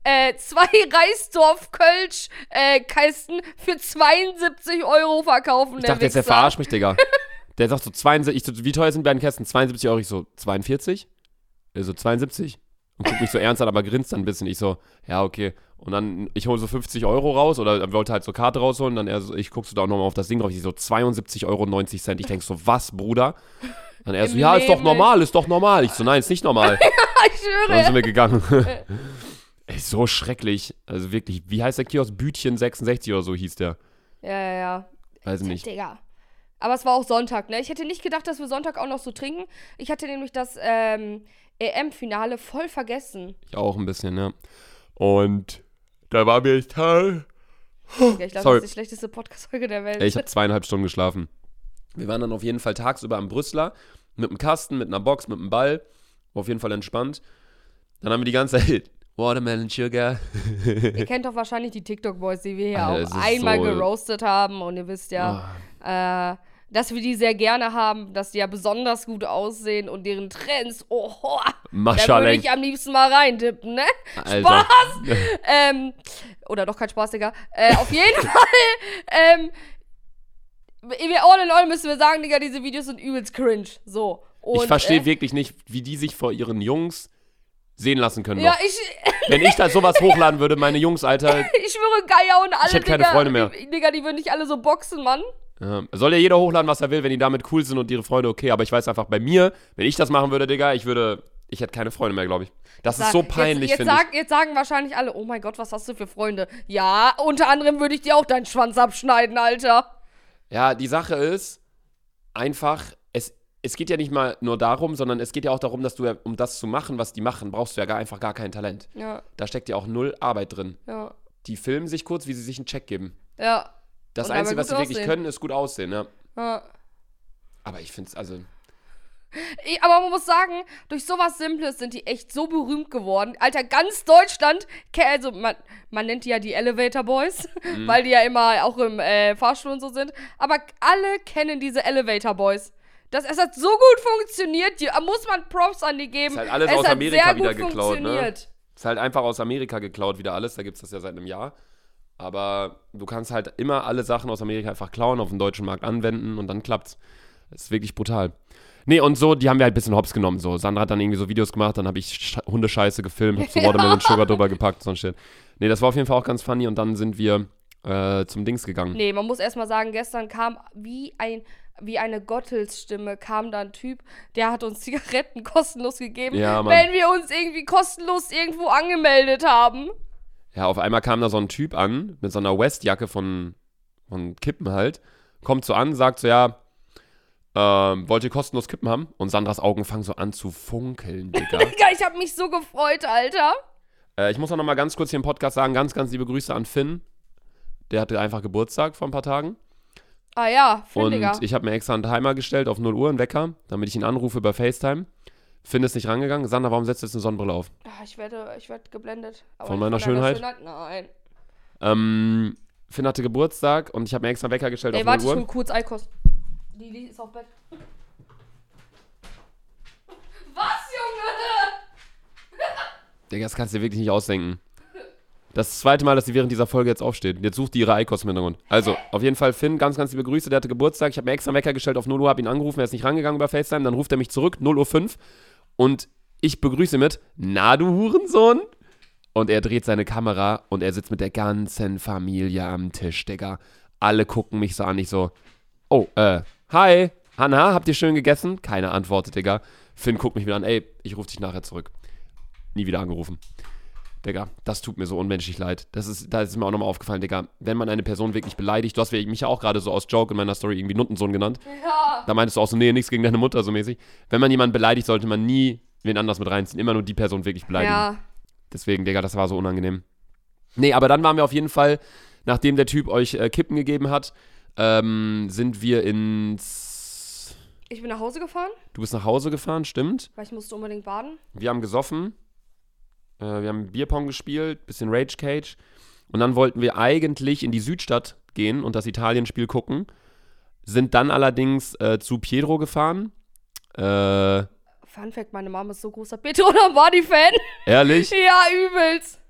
A: äh, zwei [LAUGHS] Reisdorf-Kölsch-Kästen für 72 Euro verkaufen.
B: Ich dachte jetzt, der
A: Wichser.
B: verarscht mich, Digga. Der sagt so 72, ich so, wie teuer sind die beiden Kästen? 72 Euro, ich so, 42? Er so, 72? Und guckt mich so ernst an, aber grinst dann ein bisschen. Ich so, ja, okay. Und dann, ich hole so 50 Euro raus oder er wollte halt so Karte rausholen. Dann er so, ich guck so da auch nochmal auf das Ding drauf. Ich so, 72,90 Euro. Ich denk so, was, Bruder? Dann er so,
A: Im
B: ja, ist doch
A: Leben
B: normal, ist doch normal. Ich so, nein, ist
A: [LAUGHS]
B: nicht normal.
A: Ich
B: Und
A: schwöre.
B: dann sind
A: [LAUGHS]
B: wir gegangen. Ey, so schrecklich. Also wirklich, wie heißt der Kiosk? Bütchen 66 oder so hieß der.
A: Ja, ja, ja.
B: Weiß ich nicht.
A: Digga. Aber es war auch Sonntag, ne? Ich hätte nicht gedacht, dass wir Sonntag auch noch so trinken. Ich hatte nämlich das ähm, EM-Finale voll vergessen.
B: Ich auch ein bisschen, ja. Und da war mir echt hell.
A: Digga, ich glaube,
B: Oh, Sorry.
A: das ist die schlechteste Podcast-Folge der Welt. [LAUGHS]
B: Ey, Ich habe zweieinhalb Stunden geschlafen. Wir waren dann auf jeden Fall tagsüber am Brüsseler mit einem Kasten, mit einer Box, mit einem Ball. War auf jeden Fall entspannt. Dann haben wir die ganze Zeit [LAUGHS] Watermelon Sugar.
A: Ihr kennt doch wahrscheinlich die TikTok-Boys, die wir hier
B: Alter, es
A: auch
B: ist
A: einmal
B: so- Ah.
A: geroastet haben. Und ihr wisst ja, äh, dass wir die sehr gerne haben, dass die ja besonders gut aussehen und deren Trends, oho, da würde
B: Maschaleng.
A: ich am liebsten mal reintippen, ne?
B: Alter.
A: Ähm, oder doch kein Spaß, Digga. Äh, auf jeden [LAUGHS] Fall, ähm, wir all in all müssen wir sagen, Digga, diese Videos sind übelst cringe. So. Und,
B: ich verstehe
A: äh,
B: wirklich nicht, wie die sich vor ihren Jungs sehen lassen können.
A: Ja,
B: noch.
A: ich, [LAUGHS]
B: Wenn ich da sowas hochladen würde, meine Jungs, Alter.
A: ich schwöre, Geier und alle,
B: hätte keine
A: Digga,
B: Freunde mehr.
A: Die, Digga, die würden nicht alle so boxen, Mann.
B: Ja, Ähm, soll ja jeder hochladen, was er will, wenn die damit cool sind und ihre Freunde okay. Aber ich weiß einfach, bei mir, wenn ich das machen würde, Digga, ich würde. Ich hätte keine Freunde mehr, glaube ich. Das ist so
A: Jetzt-
B: peinlich,
A: jetzt,
B: finde ich.
A: sag, Jetzt sagen wahrscheinlich alle, oh mein Gott, was hast du für Freunde? Ja, unter anderem würde ich dir auch deinen Schwanz abschneiden, Alter.
B: Ja, die Sache ist einfach, es, es geht ja nicht mal nur darum, sondern es geht ja auch darum, dass du ja, um das zu machen, was die machen, brauchst du ja gar, einfach gar kein Talent.
A: Ja,
B: Da steckt ja auch null Arbeit drin.
A: ja,
B: Die filmen sich kurz, wie sie sich einen Check geben.
A: ja.
B: Das
A: Und aber
B: Einzige, was sie
A: gut
B: wirklich
A: aussehen.
B: können, ist gut aussehen, ja.
A: ja.
B: Aber ich finde es, also,
A: Ich- Aber man muss sagen, durch sowas Simples sind die echt so berühmt geworden. Alter, ganz Deutschland, ke- also man, man nennt die ja die Elevator Boys, Mhm. [LAUGHS] weil die ja immer auch im äh, Fahrstuhl und so sind. Aber alle kennen diese Elevator Boys. Das, es hat so gut funktioniert, die, äh, muss man Props an die geben.
B: Ist halt alles
A: es
B: aus
A: hat
B: Amerika
A: sehr
B: wieder
A: gut
B: geklaut, ne?
A: funktioniert.
B: ist halt einfach aus Amerika geklaut wieder alles, da gibt es das ja seit einem Jahr. Aber du kannst halt immer alle Sachen aus Amerika einfach klauen, auf den deutschen Markt anwenden und dann klappt's. Das ist wirklich brutal. Nee, und so, die haben wir halt ein bisschen hops genommen. So, Sandra hat dann irgendwie so Videos gemacht, dann habe ich Sch- Hundescheiße gefilmt, hab so Watermelon Sugar drüber gepackt, so ein Shit. Nee, das war auf jeden Fall auch ganz funny und dann sind wir äh, zum Dings gegangen.
A: Nee, man muss erstmal sagen, gestern kam wie ein wie eine Gottelsstimme kam da ein Typ, der hat uns [LAUGHS] Zigaretten kostenlos gegeben,
B: Ja, Mann.
A: wenn wir uns irgendwie kostenlos irgendwo angemeldet haben.
B: Ja, auf einmal kam da so ein Typ an, mit so einer Westjacke von, von Kippen halt, kommt so an, sagt so, ja, ähm, wollt ihr kostenlos Kippen haben? Und Sandras Augen fangen so an zu
A: [LAUGHS]
B: funkeln, Digga.
A: Digga, ich habe mich so gefreut, Alter.
B: äh, ich muss auch noch mal ganz kurz hier im Podcast sagen, ganz, ganz liebe Grüße an Finn. Der hatte einfach Geburtstag vor ein paar Tagen.
A: Ah ja,
B: Und
A: Findiger.
B: ich habe mir extra einen Timer gestellt auf 0 Uhr, einen Wecker, damit ich ihn anrufe über FaceTime. Finn ist nicht rangegangen. Sander, warum setzt du jetzt eine Sonnenbrille auf?
A: Ah, Ich werde, ich werde geblendet. Aber
B: Von
A: nicht
B: meiner
A: deiner
B: Schönheit?
A: Nein.
B: Ähm, Finn hatte Geburtstag und ich habe mir extra einen Wecker gestellt
A: Ey,
B: auf
A: warte,
B: 0
A: ich
B: Uhr.
A: hol kurz Eikos. Lili ist auf Bett. Was, Junge?
B: Digga, das kannst du dir wirklich nicht ausdenken. Das zweite Mal, dass sie während dieser Folge jetzt aufsteht. Jetzt sucht die ihre Eikos im Hintergrund. Also, auf jeden Fall, Finn, ganz, ganz liebe Grüße. Der hatte Geburtstag. Ich habe mir extra einen Wecker gestellt auf 0 Uhr, habe ihn angerufen. Er ist nicht rangegangen über FaceTime. Dann ruft er mich zurück, 0 Uhr 5. Und ich begrüße mit, na du Hurensohn. Und er dreht seine Kamera und er sitzt mit der ganzen Familie am Tisch, Digga. Alle gucken mich so an, ich so, oh, äh, hi, Hanna, habt ihr schön gegessen? Keine antwortet, Digga. Finn guckt mich wieder an, ey, ich rufe dich nachher zurück. Nie wieder angerufen. Digga, das tut mir so unmenschlich leid. Das ist, da ist mir auch nochmal aufgefallen, Digga. Wenn man eine Person wirklich beleidigt, du hast mich ja auch gerade so aus Joke in meiner Story irgendwie Nuttensohn genannt.
A: Ja.
B: Da meintest du auch so, nee, nichts gegen deine Mutter, so mäßig. Wenn man jemanden beleidigt, sollte man nie wen anders mit reinziehen. Immer nur die Person wirklich beleidigen.
A: Ja.
B: Deswegen, Digga, das war so unangenehm. Nee, aber dann waren wir auf jeden Fall, nachdem der Typ euch äh, Kippen gegeben hat, ähm, sind wir ins.
A: Ich bin nach Hause gefahren,
B: Du bist nach Hause gefahren, stimmt.
A: weil ich musste unbedingt baden.
B: Wir haben gesoffen. Äh, wir haben Bierpong gespielt, bisschen Rage Cage. Und dann wollten wir eigentlich in die Südstadt gehen und das Italienspiel gucken. Sind dann allerdings äh, zu Pietro gefahren. Äh,
A: Fun Fact, meine Mama ist so großer [LAUGHS] Petrona Body-Fan.
B: [LAUGHS] ehrlich?
A: Ja, übelst.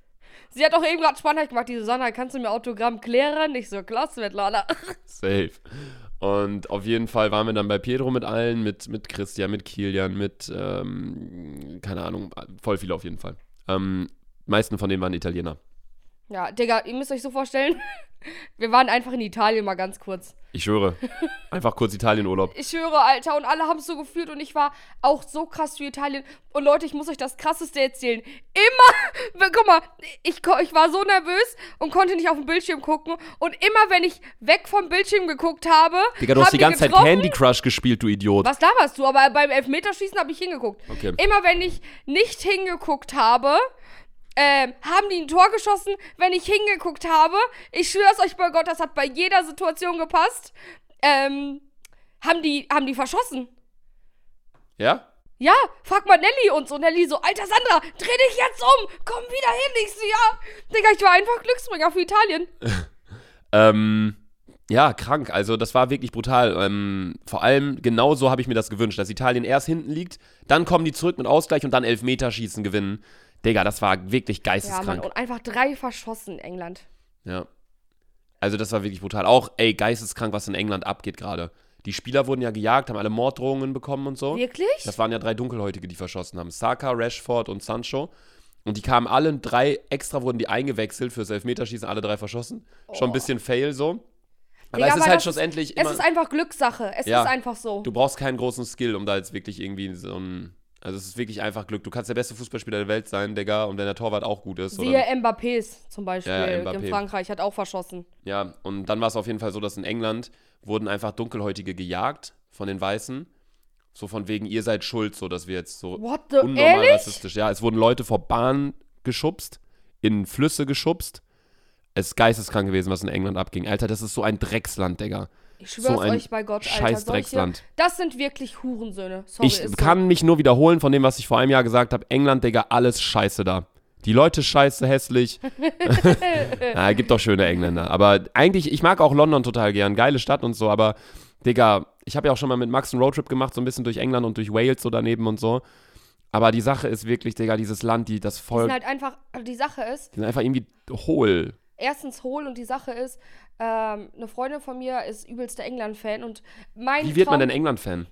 A: Sie hat auch eben gerade Spannheit gemacht, die Susanna, kannst du mir Autogramm klären? Ich so, klar, Svetlana. [LAUGHS]
B: Safe. Und auf jeden Fall waren wir dann bei Pedro mit allen, mit, mit Christian, mit Kilian, mit, ähm, keine Ahnung, voll viele auf jeden Fall. Ähm, meisten von denen waren Italiener.
A: Ja, Digga, ihr müsst euch so vorstellen, [LAUGHS] wir waren einfach in Italien mal ganz kurz. [LAUGHS]
B: Ich schwöre. Einfach kurz Italienurlaub.
A: Ich höre, Alter, und alle haben es so gefühlt und ich war auch so krass für Italien. Und Leute, ich muss euch das Krasseste erzählen. Immer, [LAUGHS] guck mal, ich, ko- ich war so nervös und konnte nicht auf den Bildschirm gucken. Und immer, wenn ich weg vom Bildschirm geguckt habe,
B: Digga, du
A: haben
B: hast die ganze Zeit
A: getroffen.
B: Candy Crush gespielt, du Idiot.
A: Was laberst du? Aber beim Elfmeterschießen habe ich hingeguckt.
B: Okay.
A: Immer wenn ich nicht hingeguckt habe, ähm, haben die ein Tor geschossen. Wenn ich hingeguckt habe, ich schwör's euch bei Gott, das hat bei jeder Situation gepasst, ähm, haben die, haben die verschossen.
B: Ja?
A: Ja, frag mal Nelly und so. Nelly so, alter Sandra, dreh dich jetzt um, komm wieder hin. Ich so, ja. Digga, ich war einfach Glücksbringer für Italien.
B: Ähm, ja, krank. Also das war wirklich brutal. Ähm, vor allem genau so habe ich mir das gewünscht, dass Italien erst hinten liegt, dann kommen die zurück mit Ausgleich und dann Elfmeterschießen gewinnen. Digga, das war wirklich
A: Ja, Mann,
B: geisteskrank.
A: und einfach drei verschossen, England.
B: Ja. Also das war wirklich brutal. Auch, ey, geisteskrank, was in England abgeht gerade. Die Spieler wurden ja gejagt, haben alle Morddrohungen bekommen und so.
A: Wirklich?
B: Das waren ja drei Dunkelhäutige, die verschossen haben. Saka, Rashford und Sancho. Und die kamen alle drei, extra wurden die eingewechselt fürs Elfmeterschießen, alle drei verschossen. Schon ein bisschen fail so. Aber
A: Digga,
B: es ist
A: Oh. aber
B: halt
A: das
B: schlussendlich
A: Es
B: immer,
A: ist einfach Glückssache. Es
B: Ja.
A: ist einfach so.
B: du brauchst keinen großen Skill, um da jetzt wirklich irgendwie so ein, also es ist wirklich einfach Glück. Du kannst der beste Fußballspieler der Welt sein, Digga, und wenn der Torwart auch gut ist.
A: Siehe Mbappés zum Beispiel
B: Ja, ja,
A: in
B: Mbappé.
A: Frankreich, hat auch verschossen.
B: Ja, und dann war es auf jeden Fall so, dass in England wurden einfach Dunkelhäutige gejagt von den Weißen. So von wegen, ihr seid schuld, so dass wir jetzt so
A: What the?
B: unnormal
A: Ehrlich?
B: rassistisch. Ja, es wurden Leute vor Bahnen geschubst, in Flüsse geschubst. Es ist geisteskrank gewesen, was in England abging. Alter, das ist so ein Drecksland, Digga.
A: Ich schwör's
B: So ein
A: euch bei Gott, Alter.
B: scheiß
A: Solche,
B: Drecksland.
A: das sind wirklich Hurensöhne. Sorry,
B: ich
A: ist so.
B: kann mich nur wiederholen von dem, was ich vor einem Jahr gesagt habe. England, Digga, alles scheiße da. Die Leute
A: [LAUGHS]
B: scheiße, hässlich. [LAUGHS] Na, gibt doch schöne Engländer. Aber eigentlich, ich mag auch London total gern. Geile Stadt und so, aber Digga, ich habe ja auch schon mal mit Max einen Roadtrip gemacht, so ein bisschen durch England und durch Wales so daneben und so. Aber die Sache ist wirklich, Digga, dieses Land, die, das
A: Die
B: Volk,
A: sind halt einfach, die Sache ist,
B: die sind einfach irgendwie hohl.
A: erstens hohl und die Sache ist, ähm, eine Freundin von mir ist übelster England-Fan und mein
B: Wie wird man
A: Traum-
B: denn England-Fan?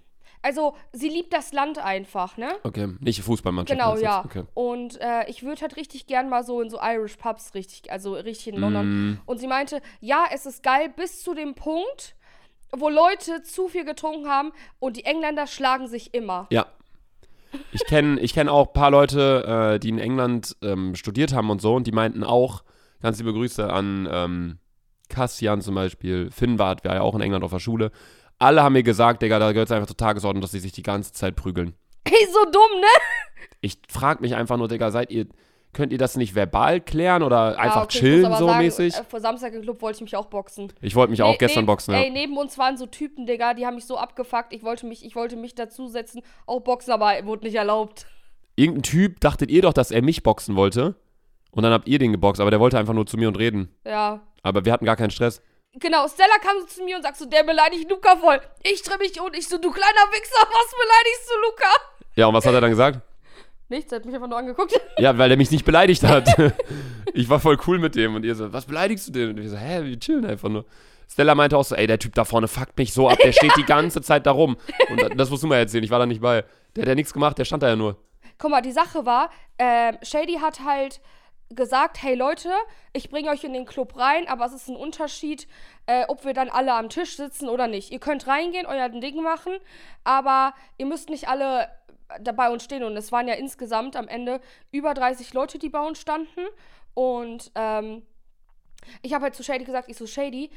A: Also, sie liebt das Land einfach, ne?
B: Okay, nicht Fußballmannschaft.
A: Genau,
B: meinst du
A: ja.
B: jetzt? Okay.
A: Und äh, ich würde halt richtig gern mal so in so Irish Pubs richtig, also richtig in London.
B: Mm.
A: Und sie meinte, ja, es ist geil bis zu dem Punkt, wo Leute zu viel getrunken haben und die Engländer schlagen sich immer.
B: Ja. Ich kenne ich kenn auch ein paar Leute, äh, die in England ähm, studiert haben und so, und die meinten auch, ganz liebe Grüße an ähm, Kassian zum Beispiel, Finnwart, war ja auch in England auf der Schule. Alle haben mir gesagt, Digga, da gehört es einfach zur Tagesordnung, dass sie sich die ganze Zeit prügeln.
A: Ey, so dumm, ne?
B: Ich frag mich einfach nur, Digga, seid ihr Könnt ihr das nicht verbal klären oder einfach
A: okay, ich muss
B: chillen
A: aber
B: so
A: sagen,
B: mäßig?
A: äh, Vor Samstag im Club wollte ich mich auch boxen.
B: Ich wollte mich auch
A: Nee,
B: gestern
A: nee,
B: boxen, ja.
A: Ey, neben uns waren so Typen, Digga, die haben mich so abgefuckt. Ich wollte mich, ich wollte mich dazusetzen, auch boxen, aber wurde nicht erlaubt.
B: Irgendein Typ, dachtet ihr doch, dass er mich boxen wollte? Und dann habt ihr den geboxt, aber der wollte einfach nur zu mir und reden.
A: Ja.
B: Aber wir hatten gar keinen Stress.
A: Genau, Stella kam so zu mir und sagt so, der beleidigt Luca voll. Ich drehe mich und ich so, du kleiner Wichser, was beleidigst du Luca?
B: Ja, und was hat er dann gesagt?
A: Nichts, er hat mich einfach nur angeguckt.
B: Ja, weil der mich nicht beleidigt hat. [LAUGHS] ich war voll cool mit dem und ihr so, was beleidigst du denn? Und ich so, hä, wir chillen einfach nur. Stella meinte auch so, ey, der Typ da vorne fuckt mich so ab, der steht die ganze Zeit da rum. Und da- das musst du mal erzählen, ich war da nicht bei. Der hat ja nichts gemacht, der stand da ja nur.
A: Guck mal, die Sache war, ähm, Shady hat halt gesagt, hey Leute, ich bringe euch in den Club rein, aber es ist ein Unterschied, äh, ob wir dann alle am Tisch sitzen oder nicht. Ihr könnt reingehen, euer Ding machen, aber ihr müsst nicht alle äh, da bei uns stehen. Und es waren ja insgesamt am Ende über 30 Leute, die bei uns standen. Und ähm, ich habe halt zu Shady gesagt, ich so, Shady,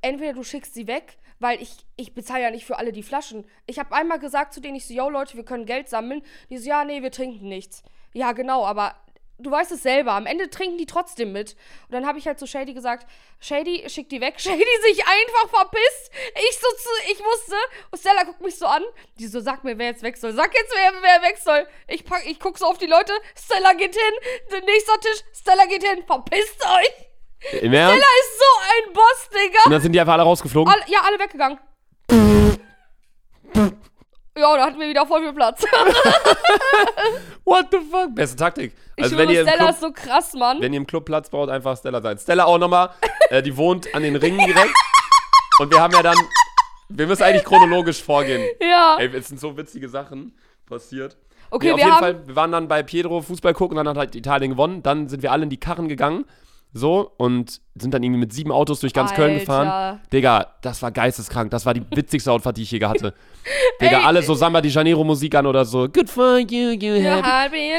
A: entweder du schickst sie weg, weil ich, ich bezahle ja nicht für alle die Flaschen. Ich habe einmal gesagt zu denen, ich so, yo Leute, wir können Geld sammeln. Die so, ja, nee, wir trinken nichts. Ja, genau, aber du weißt es selber. Am Ende trinken die trotzdem mit. Und dann habe ich halt zu Shady gesagt, Shady, schick die weg. [LAUGHS] Shady sich einfach verpisst. Ich so zu, ich musste. Und Stella guckt mich so an. Die so, sag mir, wer jetzt weg soll. Sag jetzt, wer, wer weg soll. Ich pack, ich guck so auf die Leute. Stella geht hin. Der nächste Tisch. Stella geht hin. Verpisst euch. [LAUGHS]
B: Im Ernst?
A: Da ist so ein Boss, Digga.
B: Und dann sind die einfach alle rausgeflogen.
A: Alle, ja, alle weggegangen. ja, da hatten wir wieder voll viel Platz. [LAUGHS]
B: Also What the fuck? Beste Taktik.
A: Ich
B: Also
A: schwöre,
B: wenn ihr, im
A: Stella
B: Club,
A: ist so krass, Mann.
B: wenn ihr im Club Platz braucht, einfach Stella sein. Stella auch nochmal, äh, die wohnt an den Ringen direkt. Und wir haben ja dann, wir müssen eigentlich chronologisch vorgehen.
A: ja.
B: Ey, es sind so witzige Sachen passiert.
A: Okay,
B: Nee, auf
A: wir
B: jeden
A: haben-
B: Fall, wir waren dann bei Pedro Fußball gucken, dann hat halt Italien gewonnen. Dann sind wir alle in die Karren gegangen. So, und sind dann irgendwie mit sieben Autos durch ganz Köln
A: Alter.
B: gefahren. Digga, das war geisteskrank. Das war die witzigste Outfit, die ich je
A: [LAUGHS]
B: hatte. Digga, alle so Samba de Janeiro Musik an oder so. Good for you, you happy.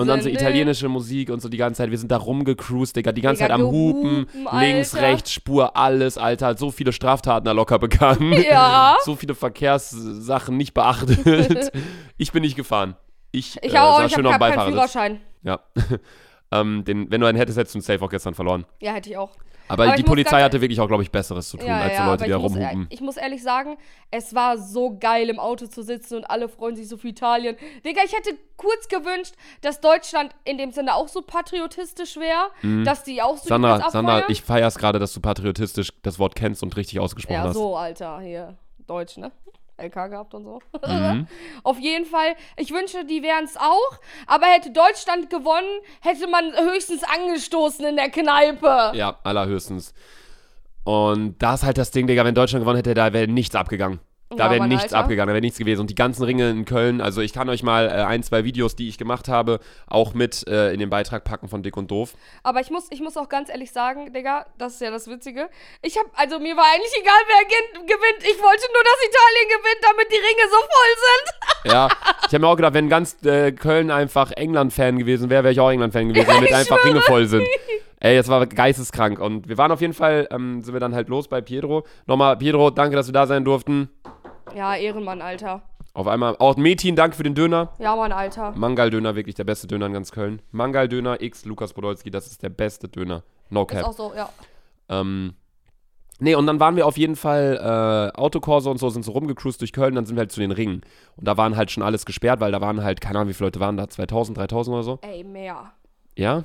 B: Und dann so italienische Musik und so die ganze Zeit. Wir sind da rumgecruised, Digga. Die ganze
A: Digga,
B: Zeit am Hupen.
A: gehupen, Alter.
B: Links, rechts, Spur, alles, Alter. So viele Straftaten da
A: [LAUGHS]
B: locker begangen.
A: Ja.
B: So viele Verkehrssachen
A: [LAUGHS]
B: nicht beachtet. ich bin nicht gefahren. Ich,
A: Ich
B: äh,
A: auch,
B: saß
A: ich
B: schön
A: habe
B: am
A: keinen
B: Beifahrersitz.
A: Führerschein.
B: Ja. [LAUGHS] ähm, den, wenn du einen hättest, hättest du einen Safe auch gestern verloren.
A: Ja, hätte ich auch.
B: Aber,
A: Aber ich
B: die
A: muss
B: Polizei
A: ganz-
B: hatte wirklich auch, glaube ich, Besseres zu tun,
A: Ja,
B: als
A: ja,
B: die
A: aber
B: Leute, die da
A: ich, muss, äh,
B: rumhupen.
A: ich muss ehrlich sagen, es war so geil, im Auto zu sitzen und alle freuen sich so für Italien. Digga, ich hätte kurz gewünscht, dass Deutschland in dem Sinne auch so patriotistisch wäre, dass die auch so die kurz
B: Sandra,
A: abfeuern.
B: Sandra, Mhm. ich feiere es gerade, dass du patriotistisch das Wort kennst und richtig ausgesprochen
A: Ja,
B: hast.
A: so, Alter, hier. Deutsch, ne? LK gehabt und so. [LAUGHS] Auf jeden Fall, ich wünsche, die wären es auch, aber hätte Deutschland gewonnen, hätte man höchstens angestoßen in der Kneipe.
B: Ja, allerhöchstens. Und da ist halt das Ding, Digga, wenn Deutschland gewonnen hätte, da wäre nichts abgegangen. Da
A: Ja,
B: wäre
A: Mann,
B: nichts
A: Alter.
B: abgegangen, da wäre nichts gewesen. Und die ganzen Ringe in Köln, also ich kann euch mal äh, ein, zwei Videos, die ich gemacht habe, auch mit äh, in den Beitrag packen von Dick und Doof.
A: Aber ich muss, ich muss auch ganz ehrlich sagen, Digga, das ist ja das Witzige. Ich hab, also mir war eigentlich egal, wer gen- gewinnt. Ich wollte nur, dass Italien gewinnt, damit die Ringe so voll sind. [LAUGHS]
B: Ja, ich habe mir auch gedacht, wenn ganz äh, Köln einfach England-Fan gewesen wäre, wäre ich auch England-Fan gewesen, damit einfach Ringe voll sind. Ey, das war geisteskrank. Und wir waren auf jeden Fall, ähm, sind wir dann halt los bei Pietro. Nochmal, Pietro, danke, dass wir da sein durften.
A: Ja, Ehrenmann, Alter.
B: Auf einmal, auch Metin, danke für den Döner.
A: Ja, Mann, Alter.
B: Mangal-Döner, wirklich der beste Döner in ganz Köln. Mangal-Döner x Lukas Podolski, das ist der beste Döner. No
A: Ist auch
B: cap.
A: so, ja.
B: Ähm, nee, und dann waren wir auf jeden Fall äh, Autokorso und so, sind so rumgecruised durch Köln, dann sind wir halt zu den Ringen. Und da waren halt schon alles gesperrt, weil da waren halt, keine Ahnung, wie viele Leute waren da, 2000, 3000 oder so.
A: Ey, mehr.
B: Ja?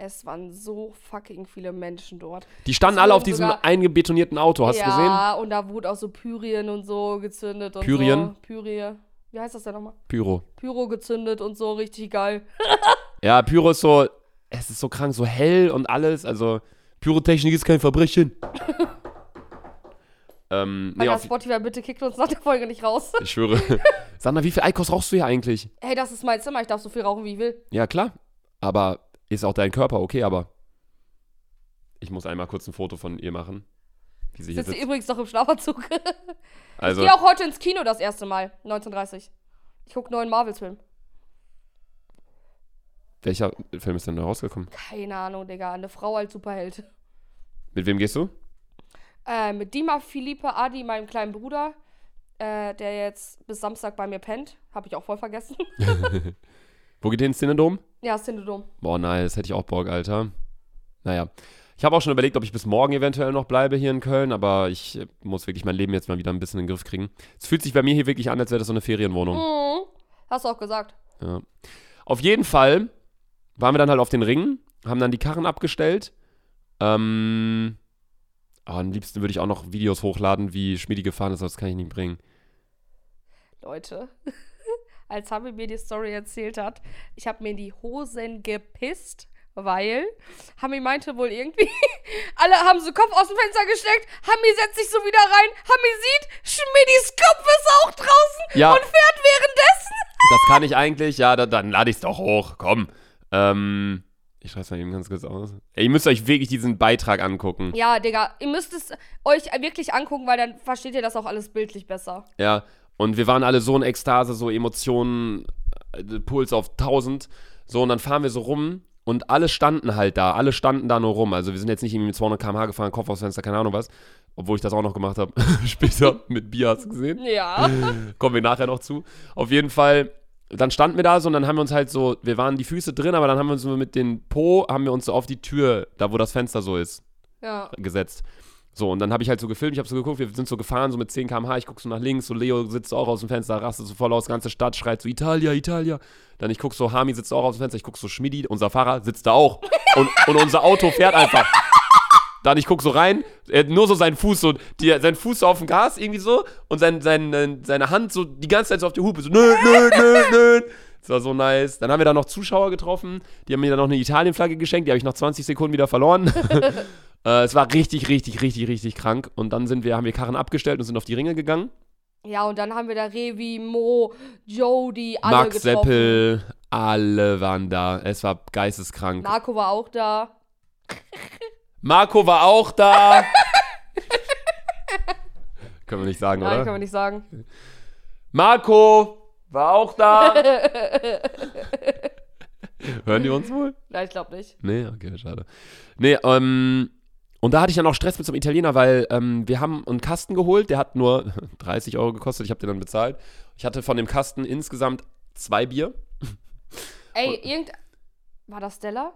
A: Es waren so fucking viele Menschen dort.
B: Die standen
A: Es
B: alle auf
A: wurden
B: diesem
A: sogar-
B: eingebetonierten Auto, hast
A: ja,
B: du gesehen?
A: und da wurde auch so Pyrien und so gezündet und
B: Pyrien?
A: so. Pyrien? Wie heißt das denn nochmal?
B: Pyro.
A: Pyro gezündet und so, richtig geil.
B: Ja, Pyro ist so, es ist so krank, so hell und alles, also Pyrotechnik ist
A: [LAUGHS]
B: kein Verbrechen. ähm, nee,
A: Alter,
B: auf,
A: Spotify, bitte kickt uns nach der Folge nicht raus. [LAUGHS]
B: ich schwöre. Sandra, wie viel Eikos rauchst du hier eigentlich?
A: Hey, das ist mein Zimmer, ich darf so viel rauchen, wie ich will.
B: Ja, klar. Aber ist auch dein Körper okay, aber. Ich muss einmal kurz ein Foto von ihr machen. Wie sie hier
A: Sitzt
B: sitzt.
A: übrigens noch im Schlafanzug. [LAUGHS]
B: Also,
A: Geh auch heute ins Kino das erste Mal, 1930. Ich guck neuen Marvel-Film.
B: welcher Film ist denn da rausgekommen?
A: Keine Ahnung, Digga. Eine Frau als Superheld.
B: Mit wem gehst du?
A: Äh, mit Dima, Filipe, Adi, meinem kleinen Bruder, äh, der jetzt bis Samstag bei mir pennt. Hab ich auch voll vergessen.
B: Wo geht ihr ins Cinnedom?
A: [LAUGHS] Ja, ist Sindedom.
B: Boah, nice, hätte ich auch Bock, Alter. Naja. Ich habe auch schon überlegt, ob ich bis morgen eventuell noch bleibe hier in Köln, aber ich äh, muss wirklich mein Leben jetzt mal wieder ein bisschen in den Griff kriegen. Es fühlt sich bei mir hier wirklich an, als wäre das so eine Ferienwohnung.
A: Mhm. Hast du auch gesagt.
B: Ja. Auf jeden Fall waren wir dann halt auf den Ringen, haben dann die Karren abgestellt. Ähm, oh, am liebsten würde ich auch noch Videos hochladen, wie Schmiedi gefahren ist, aber das kann ich nicht bringen.
A: Leute, [LAUGHS] als Hami mir die Story erzählt hat, ich habe mir in die Hosen gepisst, weil Hami meinte wohl irgendwie, [LAUGHS] alle haben so Kopf aus dem Fenster gesteckt, Hami setzt sich so wieder rein, Hami sieht, Schmidis Kopf ist auch draußen
B: Ja.
A: und fährt währenddessen.
B: Das kann ich eigentlich, ja, da, dann lade ich es doch hoch, komm. Ähm, ich schreibe es mal eben ganz kurz aus. Ey, ihr müsst euch wirklich diesen Beitrag angucken.
A: Ja, Digga, ihr müsst es euch wirklich angucken, weil dann versteht ihr das auch alles bildlich besser.
B: Ja, und wir waren alle so in Ekstase, so Emotionen, äh, Puls auf 1000. So, und dann fahren wir so rum und alle standen halt da. Alle standen da nur rum. Also, wir sind jetzt nicht irgendwie mit 200 km/h gefahren, Kopf aufs Fenster, keine Ahnung was. Obwohl ich das auch noch gemacht habe. [LAUGHS] Später mit Bier hast du gesehen.
A: Ja.
B: Kommen wir nachher noch zu. Auf jeden Fall, dann standen wir da so und dann haben wir uns halt so, wir waren die Füße drin, aber dann haben wir uns so mit den Po, haben wir uns so auf die Tür, da wo das Fenster so ist,
A: [LAUGHS] ja.
B: gesetzt. So, und dann habe ich halt so gefilmt, ich habe so geguckt, wir sind so gefahren, so mit 10 km/h, ich gucke so nach links, so Leo sitzt auch aus dem Fenster, rastet so voll aus, ganze Stadt schreit so Italia, Italia. Dann ich gucke so, Hami sitzt auch aus dem Fenster, ich gucke so, Schmidi, unser Fahrer, sitzt da auch. Und, und unser Auto fährt einfach. Dann ich gucke so rein, er hat nur so seinen Fuß, so, die, sein Fuß so auf dem Gas irgendwie so und sein, sein, äh, seine Hand so die ganze Zeit so auf die Hupe, so nö, nö, nö, nö. Das war so nice. Dann haben wir da noch Zuschauer getroffen, die haben mir dann noch eine Italienflagge geschenkt, die habe ich nach 20 Sekunden wieder verloren. Äh, es war richtig, richtig, richtig, richtig krank. Und dann sind wir, haben wir Karren abgestellt und sind auf die Ringe gegangen.
A: Ja, und dann haben wir da Revi, Mo, Jody, alle
B: Max
A: getroffen.
B: Seppel, alle waren da. Es war geisteskrank.
A: Marco war auch da.
B: Marco war
A: [LAUGHS]
B: auch da. können wir nicht sagen,
A: Nein,
B: oder?
A: kann man nicht sagen.
B: Marco war auch
A: [LAUGHS]
B: da. Hören die uns wohl?
A: Nein, ich glaube nicht.
B: Nee, okay, schade. Nee, ähm, und da hatte ich dann auch Stress mit so einem Italiener, weil ähm, wir haben einen Kasten geholt, der hat nur [LAUGHS] 30 Euro gekostet, ich habe den dann bezahlt. Ich hatte von dem Kasten insgesamt zwei Bier.
A: Ey,
B: Und-
A: irgend. War das Stella?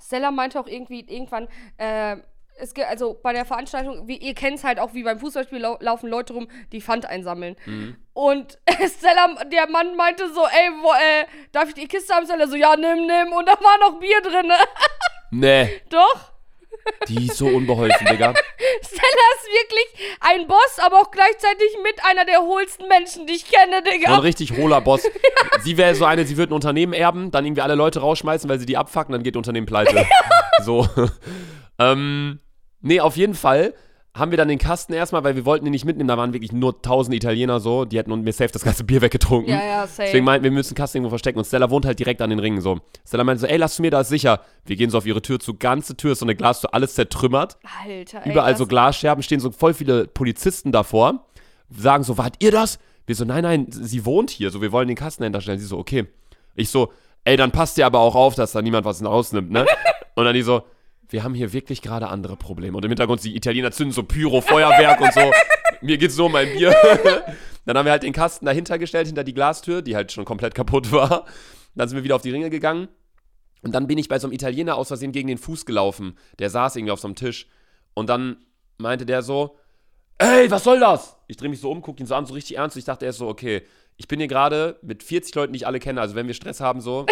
A: Stella meinte auch irgendwie irgendwann, äh, es gibt, also bei der Veranstaltung, wie, ihr kennt es halt auch, wie beim Fußballspiel lau laufen Leute rum, die Pfand einsammeln.
B: Mhm.
A: Und [LAUGHS] Stella, der Mann meinte so, ey, wo, äh, darf ich die Kiste haben? Stella so, ja, nimm, nimm. Und da war noch Bier drin, ne? [LAUGHS]
B: Nee,
A: Doch.
B: die ist so unbeholfen,
A: [LAUGHS]
B: Digga.
A: Stella ist wirklich ein Boss, aber auch gleichzeitig mit einer der hohlsten Menschen, die ich kenne,
B: So ein
A: Digga.
B: richtig hohler Boss. Sie wäre so eine, sie würde ein Unternehmen erben, dann irgendwie alle Leute rausschmeißen, weil sie die abfacken, dann geht Unternehmen pleite. [LAUGHS] So. ähm, nee, auf jeden Fall haben wir dann den Kasten erstmal, weil wir wollten ihn nicht mitnehmen, da waren wirklich nur tausend Italiener so, die hätten und mir safe das ganze Bier weggetrunken.
A: Ja, ja, safe.
B: Deswegen meinten wir, wir müssen den Kasten irgendwo verstecken und Stella wohnt halt direkt an den Ringen so. Stella meinte so, ey, lass mir da ist sicher. Wir gehen so auf ihre Tür zu, ganze Tür ist so eine Glastür, alles zertrümmert.
A: Alter, ey,
B: Überall
A: das-
B: so Glasscherben stehen so voll viele Polizisten davor, sagen so, wart ihr das? Wir so, nein, nein, sie wohnt hier, so, wir wollen den Kasten dahinter stellen. Sie so, okay. Ich so, ey, dann passt ihr aber auch auf, dass da niemand was
A: [LAUGHS]
B: rausnimmt, ne? Und dann die so, wir haben hier wirklich gerade andere Probleme. Und im Hintergrund die Italiener zünden so Pyro, Feuerwerk
A: [LAUGHS]
B: und so. Mir geht's nur um mein Bier. [LAUGHS] dann haben wir halt den Kasten dahinter gestellt, hinter die Glastür, die halt schon komplett kaputt war. Dann sind wir wieder auf die Ringe gegangen. Und dann bin ich bei so einem Italiener aus Versehen gegen den Fuß gelaufen. Der saß irgendwie auf so einem Tisch. Und dann meinte der so, ey, was soll das? Ich drehe mich so um, gucke ihn so an, so richtig ernst. Ich dachte erst so, okay, ich bin hier gerade mit 40 Leuten, die ich alle kenne. Also wenn wir Stress
A: [LAUGHS]
B: haben, so,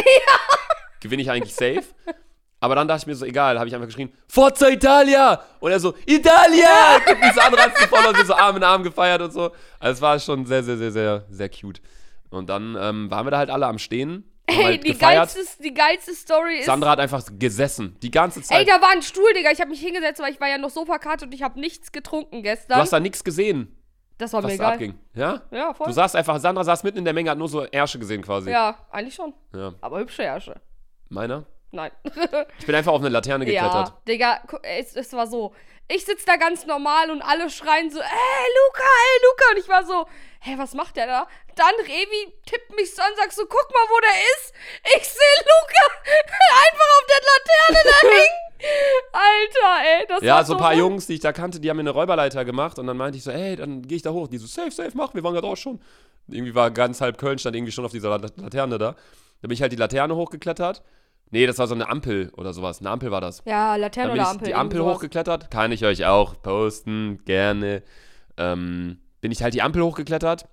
B: gewinne ich eigentlich safe. Aber dann dachte ich mir so, egal, habe ich einfach geschrien, Forza Italia! Und er so,
A: [LAUGHS]
B: Italia! Guckt mich so an, rast so voll und wir so Arm in Arm gefeiert und so. Also es war schon sehr, sehr, sehr, sehr, sehr cute. Und dann ähm, waren wir da halt alle am Stehen. haben
A: Ey,
B: halt
A: die
B: gefeiert.
A: geilste, die geilste Story ist.
B: Sandra hat einfach gesessen, die ganze
A: Ey,
B: Zeit.
A: da war ein Stuhl, Digga. Ich habe mich hingesetzt, weil ich war ja noch Sofakarte und ich habe nichts getrunken
B: du
A: gestern.
B: hast da nichts gesehen,
A: Das war mir
B: was da
A: egal.
B: abging. Ja?
A: Ja, voll.
B: Du saßt einfach, Sandra saß mitten in der Menge, hat nur so Ärsche gesehen quasi.
A: ja, eigentlich schon.
B: Ja.
A: Aber hübsche Ärsche.
B: Meiner?
A: Nein. [LAUGHS]
B: Ich bin einfach auf eine Laterne geklettert.
A: ja, Digga, gu- es, es war so. Ich sitz da ganz normal und alle schreien so, ey, Luca, ey, Luca. Und ich war so, hä, was macht der da? Dann Revi tippt mich so an, sagt so, guck mal, wo der ist. Ich sehe Luca [LAUGHS] einfach auf der Laterne
B: [LAUGHS]
A: da hängen. Alter, ey, das
B: Ja,
A: war
B: so ein paar
A: so
B: Jungs, die ich da kannte, die haben mir eine Räuberleiter gemacht und dann meinte ich so, ey, dann gehe ich da hoch. Die so, safe, safe, mach, wir waren gerade auch schon. Irgendwie war ganz halb Köln, stand irgendwie schon auf dieser Lat- Laterne da. Da bin ich halt die Laterne hochgeklettert. Nee, das war so eine Ampel oder sowas. Eine Ampel war das.
A: Ja,
B: Da
A: Laterne
B: bin
A: oder
B: ich
A: Ampel.
B: die Ampel
A: irgendwas.
B: hochgeklettert. Kann ich euch auch posten, gerne. Ähm, bin ich halt die Ampel hochgeklettert.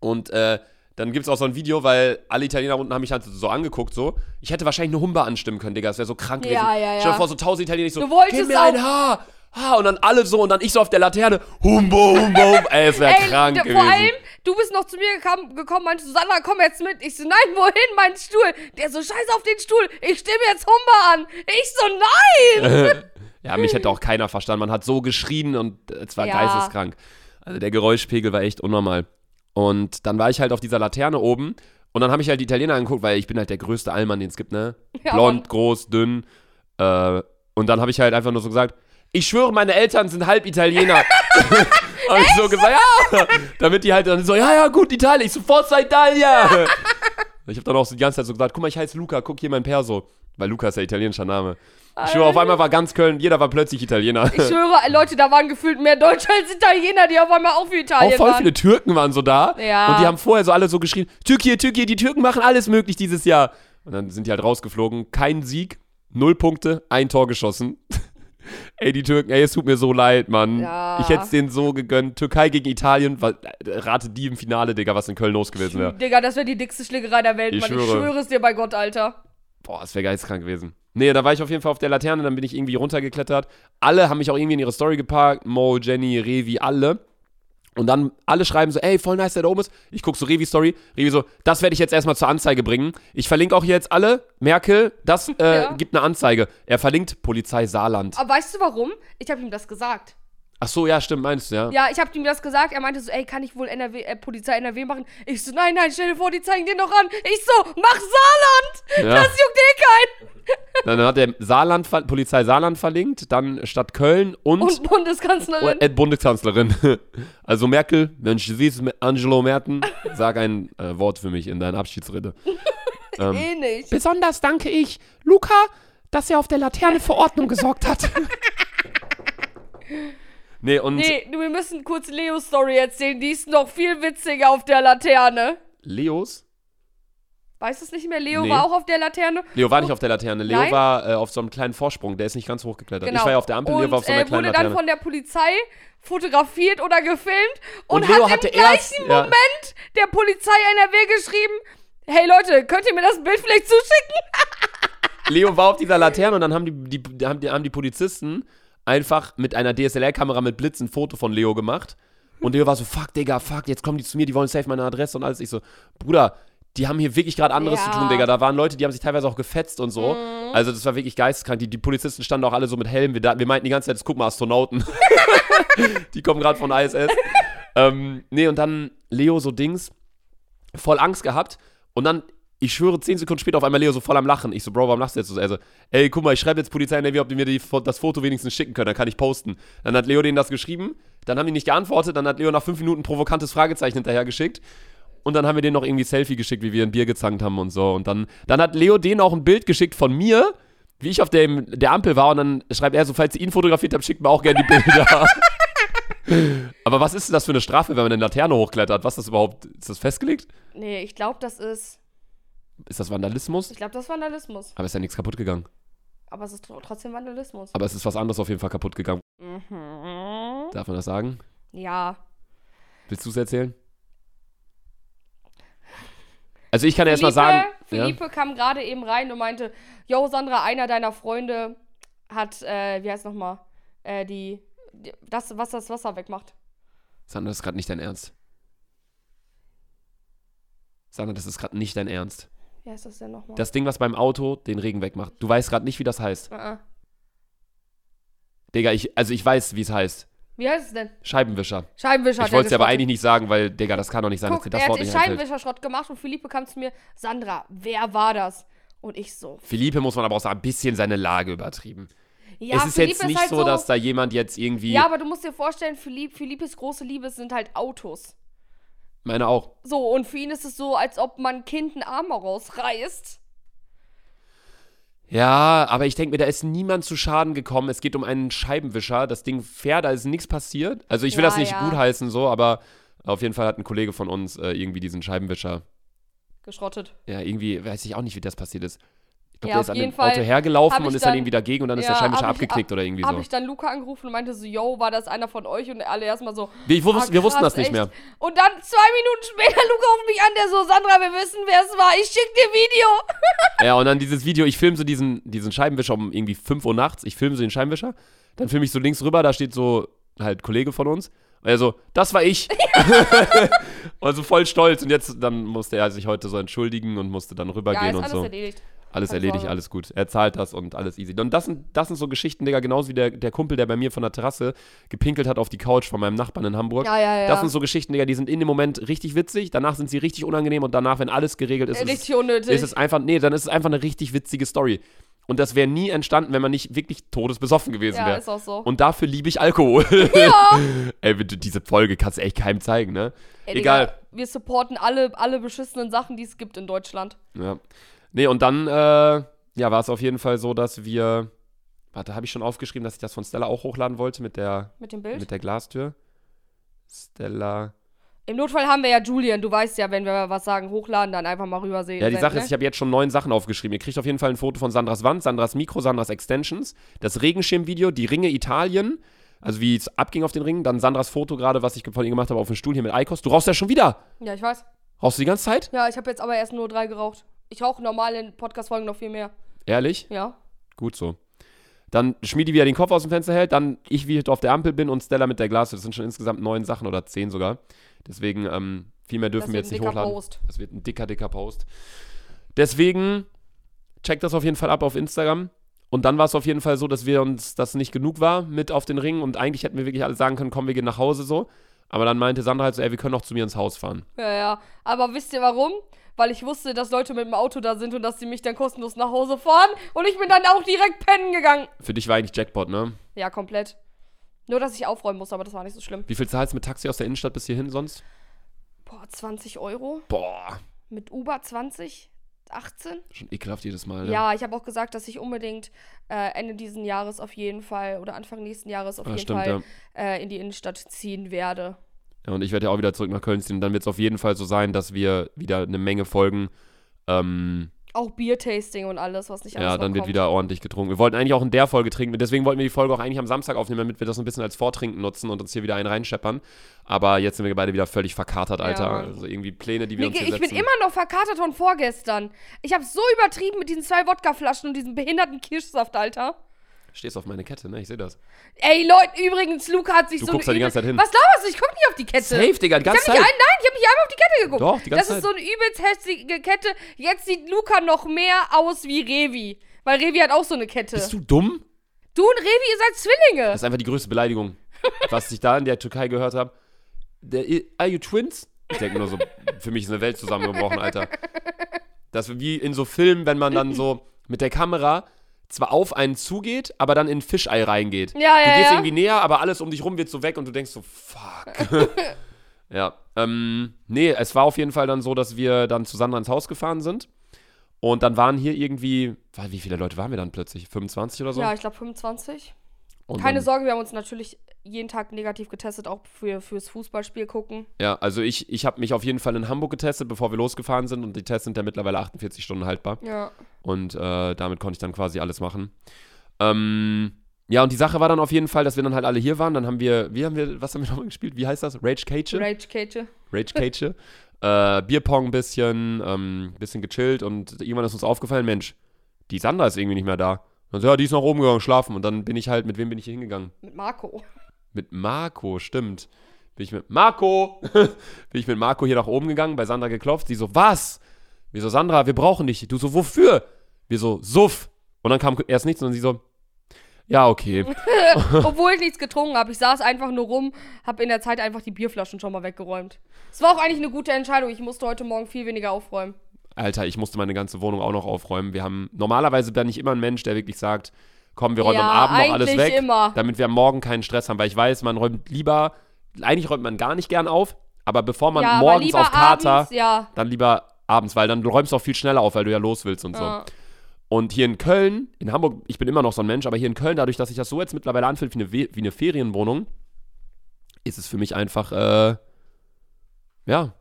B: Und äh, dann gibt es auch so ein Video, weil alle Italiener unten haben mich halt so angeguckt, so. Ich hätte wahrscheinlich eine Humba anstimmen können, Digga. Das wäre so krank
A: Ja,
B: gewesen.
A: ja, ja.
B: Stell dir vor, so tausend Italiener, ich so,
A: Du wolltest
B: gib mir ein
A: auch-
B: Haar. Haar. Und dann alle so und dann ich so auf der Laterne. Humbo, Humbo, Humbo. Ey, es wäre
A: Ey,
B: krank
A: da-
B: gewesen.
A: vor allem, du bist noch zu mir gekam, gekommen, meinst du, Sandra, komm jetzt mit. Ich so, nein, wohin, mein Stuhl? Der so, scheiß auf den Stuhl, ich stimme jetzt Humba an. Ich so,
B: [LAUGHS]
A: nein!
B: Ja, mich hätte auch keiner verstanden. Man hat so geschrien und äh, es war
A: Ja.
B: geisteskrank. Also der Geräuschpegel war echt unnormal. Und dann war ich halt auf dieser Laterne oben und dann habe ich halt die Italiener angeguckt, weil ich bin halt der größte Allmann, den es gibt, ne?
A: [LAUGHS] Ja,
B: Blond,
A: Mann.
B: groß, dünn. Äh, und dann habe ich halt einfach nur so gesagt, ich schwöre, meine Eltern sind halb
A: [LAUGHS]
B: Italiener. Hab ich so gesagt, ja. Damit die halt dann so, ja, ja, gut, Italien, ich sofort sei Italia. ich habe dann auch so die ganze Zeit so gesagt, guck mal, ich heiße Luca, guck hier mein Perso. Weil Luca ist ja italienischer Name. Ich schwöre, auf einmal war ganz Köln, jeder war plötzlich Italiener.
A: Ich schwöre, Leute, da waren gefühlt mehr Deutsche als Italiener, die auf einmal auch für
B: Auch
A: Italien
B: voll
A: waren.
B: viele Türken waren so da.
A: Ja.
B: Und die haben vorher so alle so geschrien: Türkei, Türkei, die Türken machen alles möglich dieses Jahr. Und dann sind die halt rausgeflogen. Kein Sieg, null Punkte, ein Tor geschossen. [LAUGHS] ey, die Türken, ey, es tut mir so leid, Mann.
A: Ja.
B: Ich hätte es denen so gegönnt. Türkei gegen Italien, wa- rate die im Finale, Digga, was in Köln los gewesen wäre.
A: Digga, das wäre die dickste Schlägerei der Welt,
B: Ich
A: Mann. Ich
B: schwöre.
A: schwöre es dir bei Gott, Alter.
B: Boah, das wäre geisteskrank gewesen. Nee, da war ich auf jeden Fall auf der Laterne, dann bin ich irgendwie runtergeklettert. Alle haben mich auch irgendwie in ihre Story geparkt. Mo, Jenny, Revi, alle. Und dann alle schreiben so, ey, voll nice, der da oben ist. Ich guck so Revi Story. Revi so, das werde ich jetzt erstmal zur Anzeige bringen. Ich verlinke auch hier jetzt alle. Merkel, das äh,
A: Ja.
B: gibt eine Anzeige. Er verlinkt Polizei Saarland.
A: Aber weißt du warum? Ich habe ihm das gesagt.
B: Ach so, ja, stimmt, meinst du, ja?
A: Ja, ich habe ihm das gesagt. Er meinte so, ey, kann ich wohl NRW, äh, Polizei NRW machen? Ich so, nein, nein, stell dir vor, die zeigen dir noch an. Ich so, mach Saarland!
B: Ja.
A: Das juckt eh keinen.
B: Dann hat er Saarland, ver- Polizei Saarland verlinkt, dann Stadt Köln und,
A: Und Bundeskanzlerin.
B: Äh, Bundeskanzlerin. [LAUGHS] Also Merkel, wenn du siehst, Angelo Merten, sag ein äh, Wort für mich in deiner Abschiedsrede.
A: eh nicht.
B: Besonders danke ich Luca, dass er auf der Laterne für Ordnung gesorgt hat. [LAUGHS] nee, und
A: Nee, du, wir müssen kurz Leos Story erzählen. Die ist noch viel witziger auf der Laterne.
B: Leos?
A: Weißt du es nicht mehr? Leo
B: Nee.
A: war auch auf der Laterne.
B: Leo war nicht auf der Laterne. Leo
A: Oh. Nein?
B: war äh, auf so einem kleinen Vorsprung, der ist nicht ganz hochgeklettert.
A: Genau.
B: Ich war ja auf der Ampel,
A: und,
B: Leo war auf so einer
A: äh,
B: kleinen
A: wurde
B: Laterne.
A: dann von der Polizei fotografiert oder gefilmt und,
B: Und Leo
A: hat
B: hatte
A: im
B: erst-
A: gleichen
B: ja.
A: Moment der Polizei NRW geschrieben, hey Leute, könnt ihr mir das Bild vielleicht zuschicken?
B: Leo war auf dieser Laterne und dann haben die, die, haben die, haben die Polizisten einfach mit einer DSLR-Kamera mit Blitz ein Foto von Leo gemacht. Und Leo war so, fuck, Digga, fuck, jetzt kommen die zu mir, die wollen safe meine Adresse und alles. Ich so, Bruder, die haben hier wirklich gerade anderes
A: Ja.
B: zu tun, Digga. Da waren Leute, die haben sich teilweise auch gefetzt und so. Also das war wirklich geisteskrank. Die, die Polizisten standen auch alle so mit Helmen. Wir, da, wir meinten die ganze Zeit, das guck mal, Astronauten. [LAUGHS] die kommen gerade von ISS. ähm, nee, und dann Leo so Dings, voll Angst gehabt. Und dann, ich schwöre, zehn Sekunden später auf einmal Leo so voll am Lachen. Ich so, Bro, warum lachst du jetzt so? Er so, ey, guck mal, ich schreibe jetzt Polizei in der ob die mir die, Fo- das Foto wenigstens schicken können, dann kann ich posten. Dann hat Leo denen das geschrieben, dann haben die nicht geantwortet, dann hat Leo nach fünf Minuten ein provokantes Fragezeichen hinterher geschickt. Und dann haben wir denen noch irgendwie ein Selfie geschickt, wie wir ein Bier gezankt haben und so. Und dann, dann hat Leo denen auch ein Bild geschickt von mir, wie ich auf dem, der Ampel war. Und dann schreibt er so, falls ihr ihn fotografiert habt, schickt mir auch gerne die Bilder. [LAUGHS] Aber was ist denn das für eine Strafe, wenn man eine Laterne hochklettert? Was ist das überhaupt? Ist das festgelegt?
A: Nee, ich glaube, das ist,
B: Ist das Vandalismus?
A: ich glaube, das ist Vandalismus.
B: Aber ist ja nichts kaputt gegangen.
A: Aber es ist tr- trotzdem Vandalismus.
B: Aber es ist was anderes auf jeden Fall kaputt gegangen.
A: Mhm.
B: Darf man das sagen?
A: Ja.
B: Willst du es erzählen? Also ich kann erst mal
A: Felipe-
B: sagen.
A: Felipe kam gerade eben rein und meinte, yo Sandra, einer deiner Freunde hat, äh, wie heißt nochmal, äh, die, die, das, was das Wasser wegmacht.
B: Ja? Sandra, das ist gerade nicht dein Ernst. Sandra, das ist gerade nicht dein Ernst.
A: Wie heißt das denn nochmal?
B: Das Ding, was beim Auto den Regen wegmacht. Du weißt gerade nicht, wie das heißt.
A: Äh, äh.
B: Digga, ich, also ich weiß, wie es heißt.
A: Wie heißt es denn?
B: Scheibenwischer.
A: Scheibenwischer. hat
B: ich
A: er
B: wollte es ja aber
A: geschrottet.
B: eigentlich nicht sagen, weil, Digga, das kann doch nicht sein,
A: Guck,
B: dass dir
A: er
B: das
A: hat
B: Wort
A: den
B: nicht einfällt.
A: Scheibenwischerschrott gemacht und Philippe kam zu mir, Sandra, wer war das? Und ich so.
B: Philippe muss man aber auch sagen, ein bisschen seine Lage übertrieben.
A: Ja,
B: es ist
A: Philippe
B: jetzt nicht
A: halt
B: so, dass da jemand jetzt irgendwie.
A: Ja, aber du musst dir vorstellen, Philippe, Philippes große Liebe sind halt Autos.
B: meine auch.
A: So, und für ihn ist es so, als ob man ein Kind einen Arm rausreißt.
B: Ja, aber ich denke mir, da ist niemand zu Schaden gekommen. Es geht um einen Scheibenwischer. Das Ding fährt, da ist nichts passiert. Also ich will
A: Ja,
B: das nicht
A: ja.
B: gutheißen so, aber auf jeden Fall hat ein Kollege von uns äh, irgendwie diesen Scheibenwischer
A: geschrottet.
B: Ja, irgendwie weiß ich auch nicht, wie das passiert ist. Ich glaube,
A: Ja,
B: der
A: auf
B: ist an
A: jeden
B: dem
A: Fall
B: Auto
A: hab
B: hergelaufen und
A: ich
B: ist dann
A: dann-
B: irgendwie dagegen und dann ist
A: Ja,
B: der Scheinwischer
A: hab ich-
B: abgeknickt oder irgendwie
A: Habe
B: so.
A: ich dann Luca angerufen und meinte so, yo, war das einer von euch? Und alle erstmal so,
B: Wir, wir wussten- wir
A: ah,
B: wussten
A: krass,
B: das nicht
A: echt.
B: mehr.
A: Und dann zwei Minuten später, [LAUGHS] Luca ruft mich an, der so, Sandra, wir wissen, wer es war. Ich schick dir Video.
B: Ja, und dann dieses Video, ich filme so diesen, diesen Scheibenwischer um irgendwie 5 Uhr nachts, ich filme so den Scheibenwischer, dann filme ich so links rüber, da steht so halt Kollege von uns. Und er so, das war ich. [LAUGHS] und so voll stolz. Und jetzt, dann musste er sich heute so entschuldigen und musste dann
A: ja,
B: rübergehen
A: ist
B: und
A: alles
B: so.
A: erledigt.
B: Alles
A: Keine
B: erledigt,
A: Sorge.
B: alles gut. Er zahlt das und alles easy. Und das sind, das sind so Geschichten, Digga, genauso wie der, der Kumpel, der bei mir von der Terrasse gepinkelt hat auf die Couch von meinem Nachbarn in Hamburg.
A: Ja, ja, ja.
B: Das sind so Geschichten, Digga, die sind in dem Moment richtig witzig, danach sind sie richtig unangenehm und danach, wenn alles geregelt ist, ist,
A: Richtig unnötig.
B: ist es einfach, nee, dann ist es einfach eine richtig witzige Story. Und das wäre nie entstanden, wenn man nicht wirklich todesbesoffen gewesen
A: ja,
B: wäre.
A: ist auch so.
B: Und dafür liebe ich Alkohol. [LAUGHS] Ey, bitte, diese Folge kannst du echt keinem zeigen, ne?
A: Ey, Digga,
B: Egal.
A: wir supporten alle, alle beschissenen Sachen, die es gibt in Deutschland.
B: Ja. Nee, und dann, äh, ja, war es auf jeden Fall so, dass wir. Warte, habe ich schon aufgeschrieben, dass ich das von Stella auch hochladen wollte mit der,
A: Mit dem Bild.
B: mit der Glastür? Stella.
A: Im Notfall haben wir ja Julian. Du weißt ja, wenn wir was sagen, hochladen, dann einfach mal rübersehen.
B: Ja, die
A: senden,
B: Sache
A: ne?
B: ist, ich habe jetzt schon neun Sachen aufgeschrieben. Ihr kriegt auf jeden Fall ein Foto von Sandras Wand, Sandras Mikro, Sandras Extensions, das Regenschirmvideo, die Ringe Italien, also wie es abging auf den Ringen, dann Sandras Foto gerade, was ich von ihr gemacht habe, auf dem Stuhl hier mit Eikos. Du rauchst ja schon wieder.
A: Ja, ich weiß.
B: Rauchst du die ganze Zeit?
A: Ja, ich habe jetzt aber erst nur drei geraucht. Ich rauche normal in Podcast-Folgen noch viel mehr.
B: Ehrlich?
A: Ja.
B: Gut so. Dann Schmiedi, wie er den Kopf aus dem Fenster hält, dann ich, wie ich auf der Ampel bin und Stella mit der Glastür. Das sind schon insgesamt neun Sachen oder zehn sogar. Deswegen, ähm, viel mehr dürfen wir jetzt
A: wird ein
B: nicht
A: dicker
B: hochladen.
A: Post.
B: Das wird ein dicker, dicker Post. Deswegen, checkt das auf jeden Fall ab auf Instagram. Und dann war es auf jeden Fall so, dass wir uns das nicht genug war mit auf den Ring. Und eigentlich hätten wir wirklich alle sagen können, komm, wir gehen nach Hause so. Aber dann meinte Sandra halt so, ey, wir können auch zu mir ins Haus fahren.
A: Ja, ja. Aber wisst ihr warum? Weil ich wusste, dass Leute mit dem Auto da sind und dass sie mich dann kostenlos nach Hause fahren. Und ich bin dann auch direkt pennen gegangen.
B: Für dich war eigentlich Jackpot, ne?
A: Ja, komplett. Nur, dass ich aufräumen muss, aber das war nicht so schlimm.
B: Wie viel zahlst du mit Taxi aus der Innenstadt bis hierhin sonst?
A: Boah, 20 Euro?
B: Boah,
A: Mit Uber 20? 18?
B: schon ekelhaft jedes Mal. Ne?
A: Ja, ich habe auch gesagt, dass ich unbedingt äh, Ende diesen Jahres auf jeden Fall oder Anfang nächsten Jahres auf
B: Ah,
A: jeden
B: stimmt,
A: Fall
B: ja.
A: äh, in die Innenstadt ziehen werde.
B: Ja, und ich werde ja auch wieder zurück nach Köln ziehen. Und dann wird es auf jeden Fall so sein, dass wir wieder eine Menge Folgen. Ähm,
A: Auch Biertasting und alles, was nicht alles
B: ja, dann
A: noch
B: wird
A: kommt.
B: wieder ordentlich getrunken. Wir wollten eigentlich auch in der Folge trinken. Deswegen wollten wir die Folge auch eigentlich am Samstag aufnehmen, damit wir das ein bisschen als Vortrinken nutzen und uns hier wieder einen reinscheppern. Aber jetzt sind wir beide wieder völlig verkatert, Alter.
A: Mann.
B: also irgendwie Pläne, die wir
A: Mir
B: uns
A: ge-
B: hier
A: ich bin
B: setzen.
A: immer noch verkatert von vorgestern. Ich habe so übertrieben mit diesen zwei Wodkaflaschen und diesem behinderten Kirschsaft, Alter.
B: Stehst auf meine Kette, ne? Ich sehe das.
A: Ey, Leute, übrigens, Luca hat sich
B: Du
A: so.
B: guckst
A: eine
B: da die
A: übel-
B: ganze Zeit hin.
A: Was laberst du? Ich guck nicht auf die Kette.
B: Safe, Digga, die
A: Ich hab
B: ganze
A: nicht ein,
B: Zeit.
A: nein, ich habe nicht einmal auf die Kette geguckt.
B: Doch, die ganze
A: Das ist
B: Zeit.
A: so eine übelst hässliche Kette. Jetzt sieht Luca noch mehr aus wie Revi. Weil Revi hat auch so eine Kette.
B: Bist du dumm?
A: Du und Revi, ihr seid Zwillinge.
B: Das ist einfach die
A: [LAUGHS]
B: größte Beleidigung, was ich da in der Türkei gehört habe. Der- Are you twins? Ich denke mir nur so, für mich ist eine Welt zusammengebrochen, Alter. Das ist wie in so Filmen, wenn man dann so mit der Kamera zwar auf einen zugeht, aber dann in Fischei reingeht.
A: Ja,
B: du
A: ja,
B: gehst
A: ja.
B: irgendwie näher, aber alles um dich rum wird so weg und du denkst
A: [LAUGHS]
B: so, fuck. ja. Ähm, nee, es war auf jeden Fall dann so, dass wir dann zu Sandra ins Haus gefahren sind. Und dann waren hier irgendwie, wie viele Leute waren wir dann plötzlich? 25 oder so?
A: Ja, ich glaube 25.
B: Und
A: Keine
B: dann-
A: Sorge, wir haben uns natürlich jeden Tag negativ getestet, auch für, fürs Fußballspiel gucken.
B: Ja, also ich, ich habe mich auf jeden Fall in Hamburg getestet, bevor wir losgefahren sind und die Tests sind ja mittlerweile 48 Stunden haltbar
A: Ja.
B: und äh, damit konnte ich dann quasi alles machen. Ähm, ja, und die Sache war dann auf jeden Fall, dass wir dann halt alle hier waren, dann haben wir, wie haben wir, was haben wir [LAUGHS] nochmal gespielt, wie heißt das? Rage Cage?
A: Rage Kate. [LAUGHS]
B: Rage Cage. äh, Bierpong ein bisschen, ähm, bisschen gechillt und irgendwann ist uns aufgefallen, Mensch, die Sandra ist irgendwie nicht mehr da. Und so, ja, die ist nach oben gegangen, schlafen und dann bin ich halt, mit wem bin ich hier hingegangen?
A: Mit Marco.
B: Mit Marco, stimmt. Bin ich mit Marco, [LAUGHS] bin ich mit Marco hier nach oben gegangen, bei Sandra geklopft. Die so, was? Wir so, Sandra, wir brauchen dich. Du so, wofür? Wir so, Suff. Und dann kam erst nichts und sie so, ja, okay.
A: Obwohl ich nichts getrunken habe. Ich saß einfach nur rum, habe in der Zeit einfach die Bierflaschen schon mal weggeräumt. Es war auch eigentlich eine gute Entscheidung. Ich musste heute Morgen viel weniger aufräumen.
B: Alter, ich musste meine ganze Wohnung auch noch aufräumen. Wir haben, normalerweise bin ich immer ein Mensch, der wirklich sagt, komm, wir räumen
A: Ja,
B: am Abend noch alles
A: eigentlich
B: weg,
A: immer.
B: damit wir am Morgen keinen Stress haben. Weil ich weiß, man räumt lieber, eigentlich räumt man gar nicht gern auf, aber bevor man
A: ja, aber
B: morgens
A: lieber
B: auf Kater,
A: abends, ja.
B: dann lieber abends, weil dann räumst du auch viel schneller auf, weil du ja los willst und so.
A: Ja.
B: Und hier in Köln, in Hamburg, ich bin immer noch so ein Mensch, aber hier in Köln, dadurch, dass ich das so jetzt mittlerweile anfühlt wie eine, We- wie eine Ferienwohnung, ist es für mich einfach, äh, ja,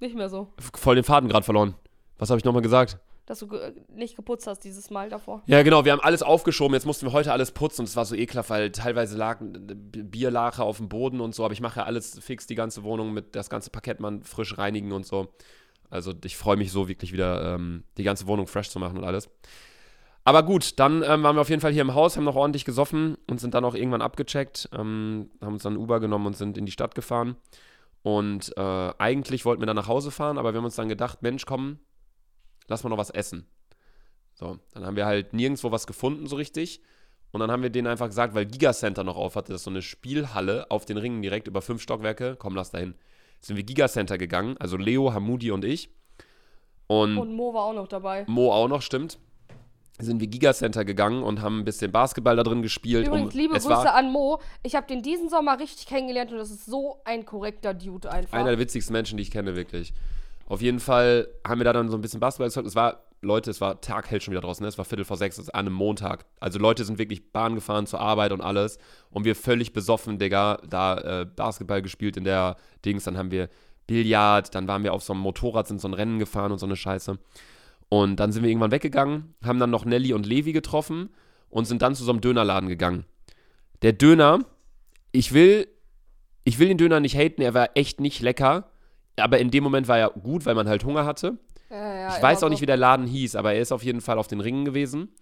A: Nicht mehr so.
B: Voll den Faden gerade verloren. Was habe ich nochmal gesagt?
A: Dass du ge nicht geputzt hast dieses Mal davor.
B: Ja, genau, wir haben alles aufgeschoben. Jetzt mussten wir heute alles putzen und es war so ekelhaft, weil teilweise lag äh, B- Bierlache auf dem Boden und so. Aber ich mache ja alles fix, die ganze Wohnung mit das ganze Parkett mal frisch reinigen und so. Also ich freue mich so wirklich wieder, ähm, die ganze Wohnung fresh zu machen und alles. Aber gut, dann ähm, waren wir auf jeden Fall hier im Haus, haben noch ordentlich gesoffen und sind dann auch irgendwann abgecheckt, ähm, haben uns dann Uber genommen und sind in die Stadt gefahren. Und äh, eigentlich wollten wir dann nach Hause fahren, aber wir haben uns dann gedacht, Mensch, komm, lass mal noch was essen. So, dann haben wir halt nirgendwo was gefunden so richtig. Und dann haben wir denen einfach gesagt, weil Gigacenter noch auf hatte, das ist so eine Spielhalle auf den Ringen direkt über fünf Stockwerke, komm, lass da hin. Sind wir Gigacenter gegangen, also Leo, Hamudi und ich. Und
A: Und Mo war auch noch dabei.
B: Mo auch noch, stimmt. Sind wir Gigacenter gegangen und haben ein bisschen Basketball da drin gespielt.
A: Übrigens,
B: um-
A: liebe
B: es
A: Grüße
B: war
A: an Mo. Ich habe den diesen Sommer richtig kennengelernt und das ist so ein korrekter Dude einfach.
B: einer der witzigsten Menschen, die ich kenne, wirklich. Auf jeden Fall haben wir da dann so ein bisschen Basketball gezockt. Es war, Leute, es war taghell schon wieder draußen, ne? es war Viertel vor sechs, es war an einem Montag. Also Leute sind wirklich Bahn gefahren zur Arbeit und alles. Und wir völlig besoffen, Digga, da äh, Basketball gespielt in der Dings. Dann haben wir Billard, dann waren wir auf so einem Motorrad, sind so ein Rennen gefahren und so eine Scheiße. Und dann sind wir irgendwann weggegangen, haben dann noch Nelly und Levi getroffen und sind dann zu so einem Dönerladen gegangen. Der Döner, ich will, ich will den Döner nicht haten, er war echt nicht lecker. Aber in dem Moment war er gut, weil man halt Hunger hatte.
A: Ja, ja,
B: Ich weiß
A: immer
B: auch nicht, wie der Laden hieß, aber er ist auf jeden Fall auf den Ringen gewesen.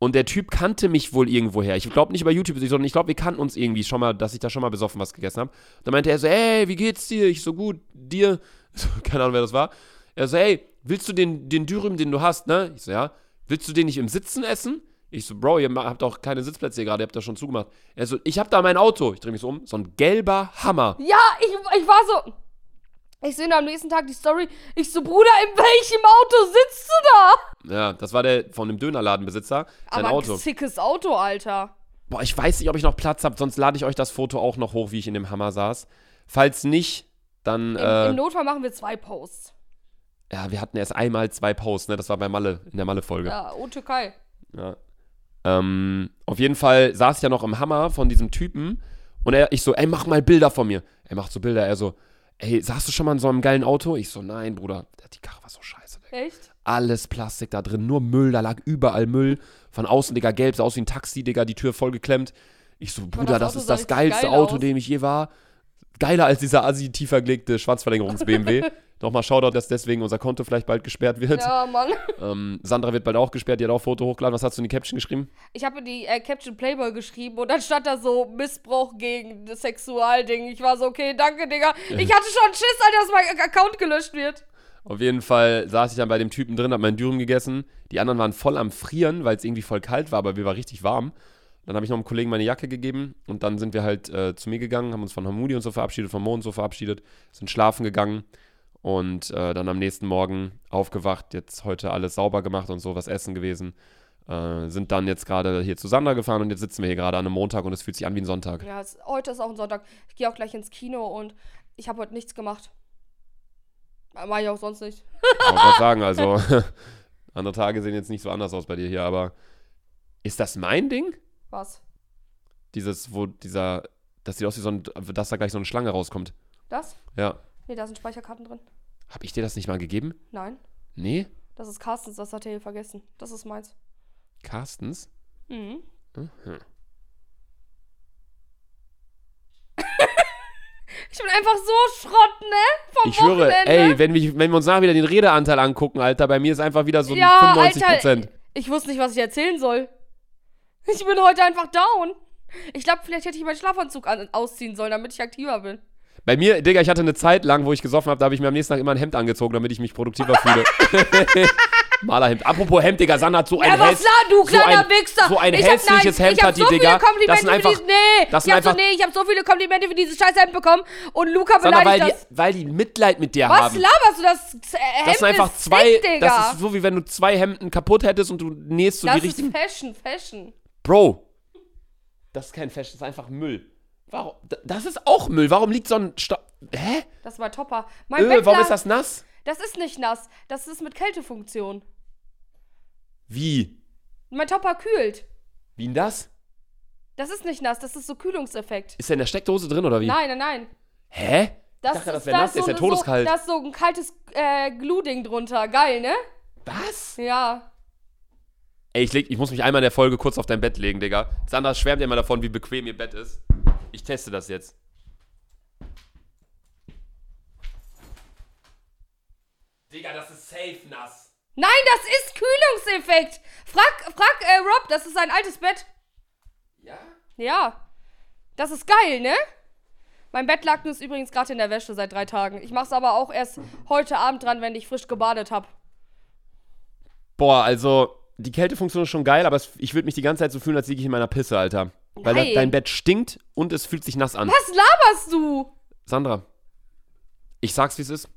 B: Und der Typ kannte mich wohl irgendwoher. Ich glaube nicht über YouTube, sondern ich glaube, wir kannten uns irgendwie schon mal, dass ich da schon mal besoffen was gegessen habe. Da meinte er so, ey, wie geht's dir? Ich so, gut, dir? [LAUGHS] So, keine Ahnung, wer das war. Er so, ey, willst du den, den Dürüm, den du hast, ne? Ich so, ja. Willst du den nicht im Sitzen essen? Ich so, Bro, ihr ma- habt auch keine Sitzplätze hier gerade, ihr habt das schon zugemacht. Er so, ich hab da mein Auto. Ich drehe mich so um. So ein gelber Hammer.
A: Ja, ich, ich war so. Ich sehe am nächsten Tag die Story. Ich so, Bruder, in welchem Auto sitzt du da?
B: Ja, das war der von dem Dönerladenbesitzer. Sein
A: Aber
B: Auto.
A: ein sickes Auto, Alter.
B: Boah, ich weiß nicht, ob ich noch Platz habe, sonst lade ich euch das Foto auch noch hoch, wie ich in dem Hammer saß. Falls nicht,
A: Im,
B: dann. äh,
A: Im Notfall machen wir zwei Posts.
B: ja, wir hatten erst einmal zwei Posts, ne? Das war bei Malle, in der Malle-Folge.
A: Ja, oh, Türkei.
B: Ja. Ähm, auf jeden Fall saß ich ja noch im Hammer von diesem Typen und er, ich so, ey, mach mal Bilder von mir. Er macht so Bilder, er so, ey, saßt du schon mal in so einem geilen Auto? Ich so, nein, Bruder, die Karre war so scheiße. Digga.
A: Echt?
B: alles Plastik da drin, nur Müll, da lag überall Müll. Von außen, Digga, gelb, sah aus wie ein Taxi, Digga, die Tür vollgeklemmt. Ich so, Bruder,
A: das
B: das,
A: Auto
B: ist
A: sah
B: das
A: richtig
B: geilste
A: geil
B: Auto,
A: aus.
B: dem ich je war. Geiler als dieser assi tief
A: [LAUGHS]
B: vergelegte Schwanzverlängerungs-BMW. Nochmal Shoutout, dass deswegen unser Konto vielleicht bald gesperrt wird.
A: Ja, Mann. [LAUGHS]
B: Ähm, Sandra wird bald auch gesperrt, die hat auch Foto hochgeladen. Was hast du in die Caption geschrieben?
A: Ich habe die äh, Caption Playboy geschrieben und dann stand da so Missbrauch gegen das Sexualding. Ich war so, okay, danke, Digga. Ich hatte schon Schiss, Alter, dass mein Account gelöscht wird.
B: Auf jeden Fall saß ich dann bei dem Typen drin, hab meinen Dürüm gegessen. Die anderen waren voll am Frieren, weil es irgendwie voll kalt war, aber wir waren richtig warm. Dann habe ich noch einem Kollegen meine Jacke gegeben und dann sind wir halt äh, zu mir gegangen, haben uns von Hamudi und so verabschiedet, von Mo und so verabschiedet, sind schlafen gegangen und äh, dann am nächsten Morgen aufgewacht, jetzt heute alles sauber gemacht und so, was essen gewesen. Äh, sind dann jetzt gerade hier zu Sandra gefahren und jetzt sitzen wir hier gerade an einem Montag und es fühlt sich an wie ein Sonntag.
A: Ja, es, heute ist auch ein Sonntag. Ich gehe auch gleich ins Kino und ich habe heute nichts gemacht. Mach ich auch sonst nicht.
B: Kann man grad sagen, also [LAUGHS] andere Tage sehen jetzt nicht so anders aus bei dir hier, aber ist das mein Ding?
A: Was?
B: dieses, wo dieser, das sieht aus wie so ein, dass da gleich so eine Schlange rauskommt.
A: Das?
B: Ja.
A: Nee, da sind Speicherkarten drin.
B: Hab ich dir das nicht mal gegeben?
A: Nein.
B: Nee?
A: Das ist Carstens, das hat er hier vergessen. Das ist meins.
B: Carstens?
A: Mhm. Ich bin einfach so Schrott, ne? Vom
B: Ich höre,
A: Wochenende.
B: ey, wenn, mich, wenn wir uns nachher wieder den Redeanteil angucken, Alter, bei mir ist einfach wieder so ein
A: ja,
B: 95 Prozent.
A: Alter, ich wusste nicht, was ich erzählen soll. Ich bin heute einfach down. Ich glaube, vielleicht hätte ich meinen Schlafanzug an ausziehen sollen, damit ich aktiver bin.
B: Bei mir, Digga, ich hatte eine Zeit lang, wo ich gesoffen habe, da habe ich mir am nächsten Tag immer ein Hemd angezogen, damit ich mich
A: [LAUGHS]
B: produktiver fühle. Malerhemd. Apropos Hemd, Digga, Sandra hat so
A: Ja,
B: ein
A: was
B: häss-
A: klar, du kleiner
B: so ein,
A: Wichser.
B: So ein
A: ich hab-
B: hässliches
A: nein,
B: Hemd
A: ich hab
B: hat die,
A: so Viele
B: Digga.
A: Komplimente
B: Das sind einfach,
A: für diesen, nee,
B: das sind
A: ich hab so,
B: einfach-
A: nee, ich habe so viele Komplimente für dieses scheiß Hemd bekommen und Luca
B: Sandra, weil
A: beleidigt
B: die,
A: das.
B: weil die Mitleid mit dir
A: Was
B: haben.
A: laberst du? Das Z- äh, Hemd
B: Das sind einfach
A: ist
B: zwei.
A: Dick, Digga.
B: das ist so, wie wenn du zwei Hemden kaputt hättest und du nähst so
A: Das
B: die
A: ist
B: richtigen.
A: Fashion, Fashion.
B: Bro. Das ist kein Fashion, das ist einfach Müll. Warum? D- Das ist auch Müll. Warum liegt so ein. Sta Hä?
A: Das war Topper. Mein
B: Öh, warum
A: Bettler-
B: ist das nass?
A: Das ist nicht nass. Das ist mit Kältefunktion.
B: Wie?
A: Mein Topper kühlt.
B: Wie denn das?
A: Das ist nicht nass. Das ist so Kühlungseffekt.
B: Ist der in der Steckdose drin oder wie?
A: Nein, nein, nein.
B: Hä?
A: Das
B: dachte, das
A: ist,
B: wär nass,
A: da
B: der ist
A: so
B: ja
A: eine-
B: todeskalt.
A: So, da ist so ein kaltes äh, Glue-Ding drunter. Geil, ne?
B: Was?
A: Ja.
B: Ey, ich, leg, ich muss mich einmal in der Folge kurz auf dein Bett legen, Digga. Sandra schwärmt ja immer davon, wie bequem ihr Bett ist. Ich teste das jetzt. Digga, das ist safe nass.
A: Nein, das ist Kühlungseffekt. Frag, frag äh, Rob, das ist sein altes Bett.
B: Ja?
A: Ja. Das ist geil, ne? Mein Bettlaken ist übrigens gerade in der Wäsche seit drei Tagen. Ich mach's aber auch erst heute Abend dran, wenn ich frisch gebadet hab.
B: Boah, also die Kältefunktion ist schon geil, aber es, ich würde mich die ganze Zeit so fühlen, als liege ich in meiner Pisse, Alter. Weil
A: Nein.
B: da, dein Bett stinkt und es fühlt sich nass an.
A: Was laberst du?
B: Sandra, ich sag's, wie es ist.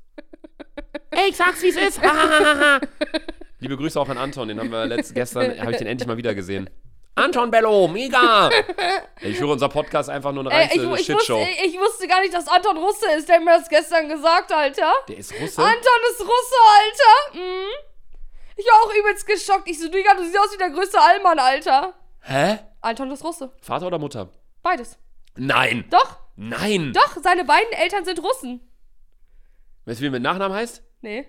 A: Ey, ich sag's, wie es ist.
B: Liebe Grüße auch an Anton, den haben wir
A: [LAUGHS]
B: letzt, gestern, habe ich den endlich mal wieder gesehen. Anton Bello,
A: [LAUGHS]
B: mega! Ey, ich höre unser Podcast einfach nur eine
A: Ey, Äh, ich,
B: reinste
A: ich, äh, wusste,
B: Shitshow.
A: ich wusste gar nicht, dass Anton Russe ist. Der hat mir das gestern gesagt, Alter.
B: Der ist Russe?
A: Anton ist Russe, Alter. Mhm. Ich war auch übelst geschockt. Ich so, Digga, du siehst aus wie der größte Allmann, Alter.
B: Hä?
A: Anton ist Russe.
B: Vater oder Mutter?
A: Beides.
B: Nein!
A: Doch,
B: Nein!
A: doch, seine beiden Eltern sind Russen.
B: Weißt du, wie er mit Nachnamen heißt?
A: Nee.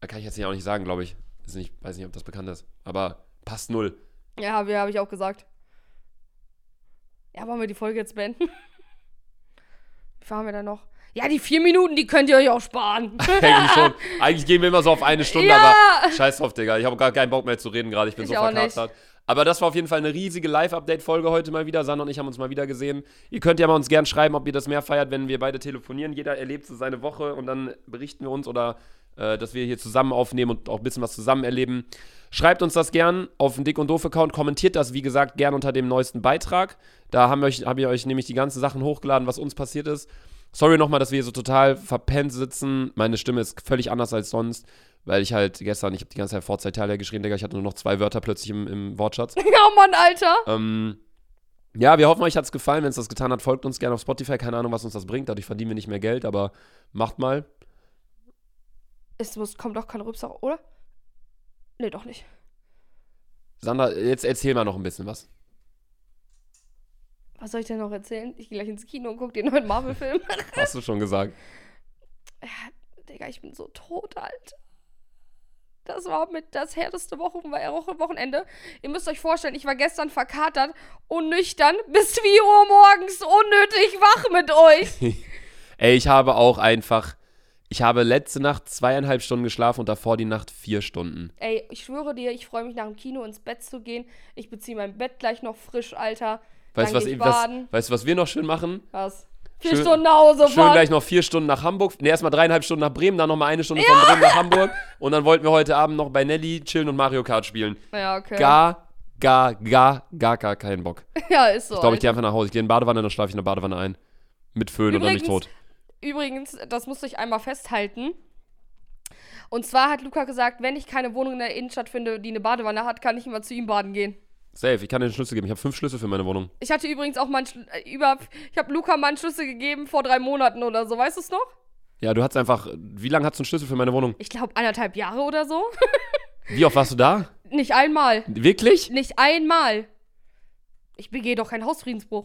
B: Kann ich jetzt nicht auch nicht sagen, glaube ich. Ist nicht, weiß nicht, ob das bekannt ist. Aber passt null.
A: Ja, habe hab ich auch gesagt. Ja, wollen wir die Folge jetzt beenden? [LAUGHS] Wie fahren wir da noch? Ja, die vier Minuten, die könnt ihr euch auch sparen. [LAUGHS]
B: [LAUGHS] Eigentlich schon. Eigentlich gehen wir immer so auf eine Stunde,
A: Ja.
B: aber scheiß drauf, Digga. Ich habe gar keinen Bock mehr zu reden gerade. Ich bin
A: Ich
B: so
A: auch nicht.
B: verkatert. Aber das war auf jeden Fall eine riesige Live-Update-Folge heute mal wieder. Sandra und ich haben uns mal wieder gesehen. Ihr könnt ja mal uns gern schreiben, ob ihr das mehr feiert, wenn wir beide telefonieren. Jeder erlebt so seine Woche und dann berichten wir uns oder äh, dass wir hier zusammen aufnehmen und auch ein bisschen was zusammen erleben. Schreibt uns das gern auf den Dick und Doof-Account. Kommentiert das, wie gesagt, gern unter dem neuesten Beitrag. Da haben wir euch, haben wir euch nämlich die ganzen Sachen hochgeladen, was uns passiert ist. Sorry nochmal, dass wir hier so total verpennt sitzen. Meine Stimme ist völlig anders als sonst, weil ich halt gestern, ich habe die ganze Zeit Vorzeittalia geschrien, Digga, ich hatte nur noch zwei Wörter plötzlich im, im Wortschatz.
A: ja, Oh Mann, Alter.
B: ähm, ja, wir hoffen, euch hat's gefallen. Wenn es das getan hat, folgt uns gerne auf Spotify. Keine Ahnung, was uns das bringt. Dadurch verdienen wir nicht mehr Geld, aber macht mal.
A: Es muss, kommt doch kein Rübsau, oder? Nee, doch nicht.
B: Sandra, jetzt erzähl mal noch ein bisschen was.
A: Was soll ich denn noch erzählen? Ich gehe gleich ins Kino und gucke den neuen Marvel-Film.
B: Hast du schon gesagt.
A: Äh, Digga, ich bin so tot, Alter. Das war mit das härteste Wochen Woche- Wochenende. Ihr müsst euch vorstellen, ich war gestern verkatert und nüchtern [LAUGHS] bis 4 Uhr morgens unnötig wach mit euch.
B: [LAUGHS] Ey, ich habe auch einfach, ich habe letzte Nacht zweieinhalb Stunden geschlafen und davor die Nacht vier Stunden.
A: Ey, ich schwöre dir, ich freue mich nach dem Kino ins Bett zu gehen. Ich beziehe mein Bett gleich noch frisch, Alter.
B: Weißt
A: Dann
B: du, was,
A: geh ich
B: was,
A: baden.
B: weißt, du, was wir noch schön machen?
A: Was? Vier
B: Schön-
A: Stunden nach Hause
B: Schön
A: fahren.
B: gleich noch vier Stunden nach Hamburg. Ne, erstmal dreieinhalb Stunden nach Bremen, dann nochmal eine Stunde von Bremen nach Hamburg. Und dann wollten wir heute Abend noch bei Nelly chillen und Mario Kart spielen.
A: ja, okay.
B: Gar, gar, gar, gar, gar keinen Bock.
A: [LAUGHS] ja, ist so.
B: Ich glaube, ich
A: Alter.
B: gehe einfach nach Hause. Ich gehe in die Badewanne, dann schlafe ich in der Badewanne ein. Mit Föhn oder mich
A: Übrigens-
B: tot.
A: Übrigens, das musste ich einmal festhalten. Und zwar hat Luca gesagt, wenn ich keine Wohnung in der Innenstadt finde, die eine Badewanne hat, kann ich immer zu ihm baden gehen.
B: Safe, ich kann dir den Schlüssel geben. Ich habe fünf Schlüssel für meine Wohnung.
A: Ich hatte übrigens auch mal einen Schl- äh, über ich habe Luca mal einen Schlüssel gegeben vor drei Monaten oder so, weißt du es noch?
B: Ja, du hast einfach. Wie lange hast du einen Schlüssel für meine Wohnung?
A: Ich glaube anderthalb Jahre oder so. [LAUGHS]
B: Wie oft warst du da?
A: Nicht einmal,
B: Wirklich?
A: nicht einmal. Ich begehe doch keinen Hausfriedensbruch.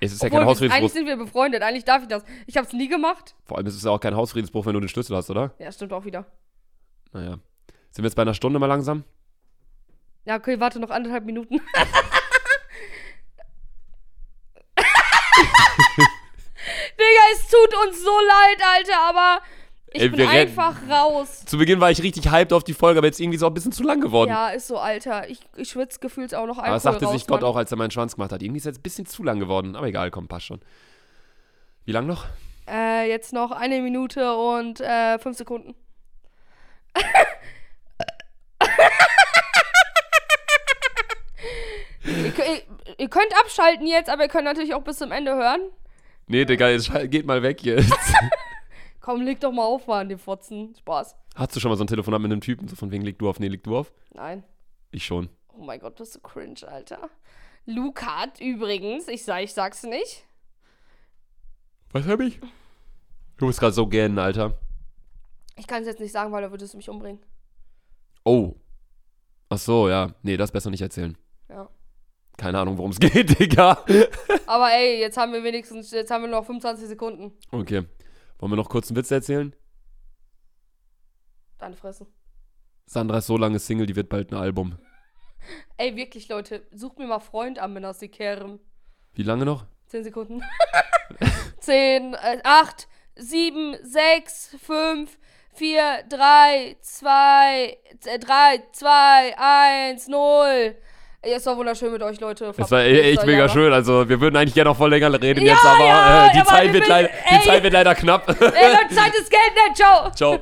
B: Es ist ja
A: Obwohl,
B: kein
A: wir- Eigentlich
B: Hausfriedensbruch.
A: sind wir befreundet, eigentlich darf ich das. Ich habe es nie gemacht.
B: Vor allem ist es ja auch kein Hausfriedensbruch, wenn du den Schlüssel hast, oder?
A: Ja, stimmt auch wieder.
B: Naja. Sind wir jetzt bei einer Stunde mal langsam?
A: Ja, okay, warte noch anderthalb Minuten. [LAUGHS] Digga, es tut uns so leid, Alter, aber ich
B: Ey,
A: bin
B: wir rennen.
A: einfach raus.
B: Zu Beginn war ich richtig hyped auf die Folge, aber jetzt irgendwie ist es auch ein bisschen zu lang geworden.
A: Ja, ist so, Alter. Ich, ich schwitze gefühlt auch noch Alkohol
B: Aber das sagte
A: raus,
B: sich Gott
A: Mann.
B: auch, als er meinen Schwanz gemacht hat. Irgendwie ist jetzt ein bisschen zu lang geworden. Aber egal, komm, passt schon. Wie lang noch?
A: Äh, jetzt noch eine Minute und äh, fünf Sekunden. [LAUGHS] ihr, kö- ihr, ihr könnt abschalten jetzt, aber ihr könnt natürlich auch bis zum Ende hören.
B: Nee, Digga, jetzt schal- geht mal weg jetzt.
A: Komm, leg doch mal auf, Mann, den Fotzen. Spaß.
B: [LAUGHS] Hast du schon mal so ein Telefonat mit einem Typen? So von wegen, leg du auf, nee, leg du auf?
A: Nein.
B: Ich schon.
A: Oh mein Gott, bist du cringe, Alter. Luca hat übrigens, ich, sag, ich sag's nicht,
B: Was hab ich? Du bist gerade so gähnen, Alter.
A: ich kann's jetzt nicht sagen, weil da würdest du mich umbringen.
B: Oh. Ach so, ja. Nee, das besser nicht erzählen.
A: Ja.
B: Keine Ahnung, worum es [LAUGHS] geht, Digga.
A: Aber ey, jetzt haben wir wenigstens, jetzt haben wir noch 25 Sekunden.
B: Okay. Wollen wir noch kurz einen Witz erzählen?
A: Deine Fressen.
B: Sandra ist so lange Single, die wird bald ein Album.
A: Ey, wirklich, Leute, sucht mir mal Freund an, wenn das sie kehren.
B: Wie lange noch?
A: Zehn Sekunden. [LAUGHS] Zehn, äh, acht, sieben, sechs, fünf, vier, drei, zwei, äh, drei, zwei, eins, null. Ey, Es war wunderschön mit euch, Leute.
B: Es war e- echt
A: Verpisst euch
B: mega
A: aber.
B: schön. Also wir würden eigentlich gerne noch voll länger reden
A: Ja,
B: jetzt, aber
A: ja,
B: äh, die,
A: aber
B: Zeit
A: wir
B: wird
A: müssen-
B: leider, die
A: ey.
B: Zeit wird leider knapp. [LAUGHS]
A: Ey, Leute, Zeit ist Geld, ne? Ciao.
B: Ciao.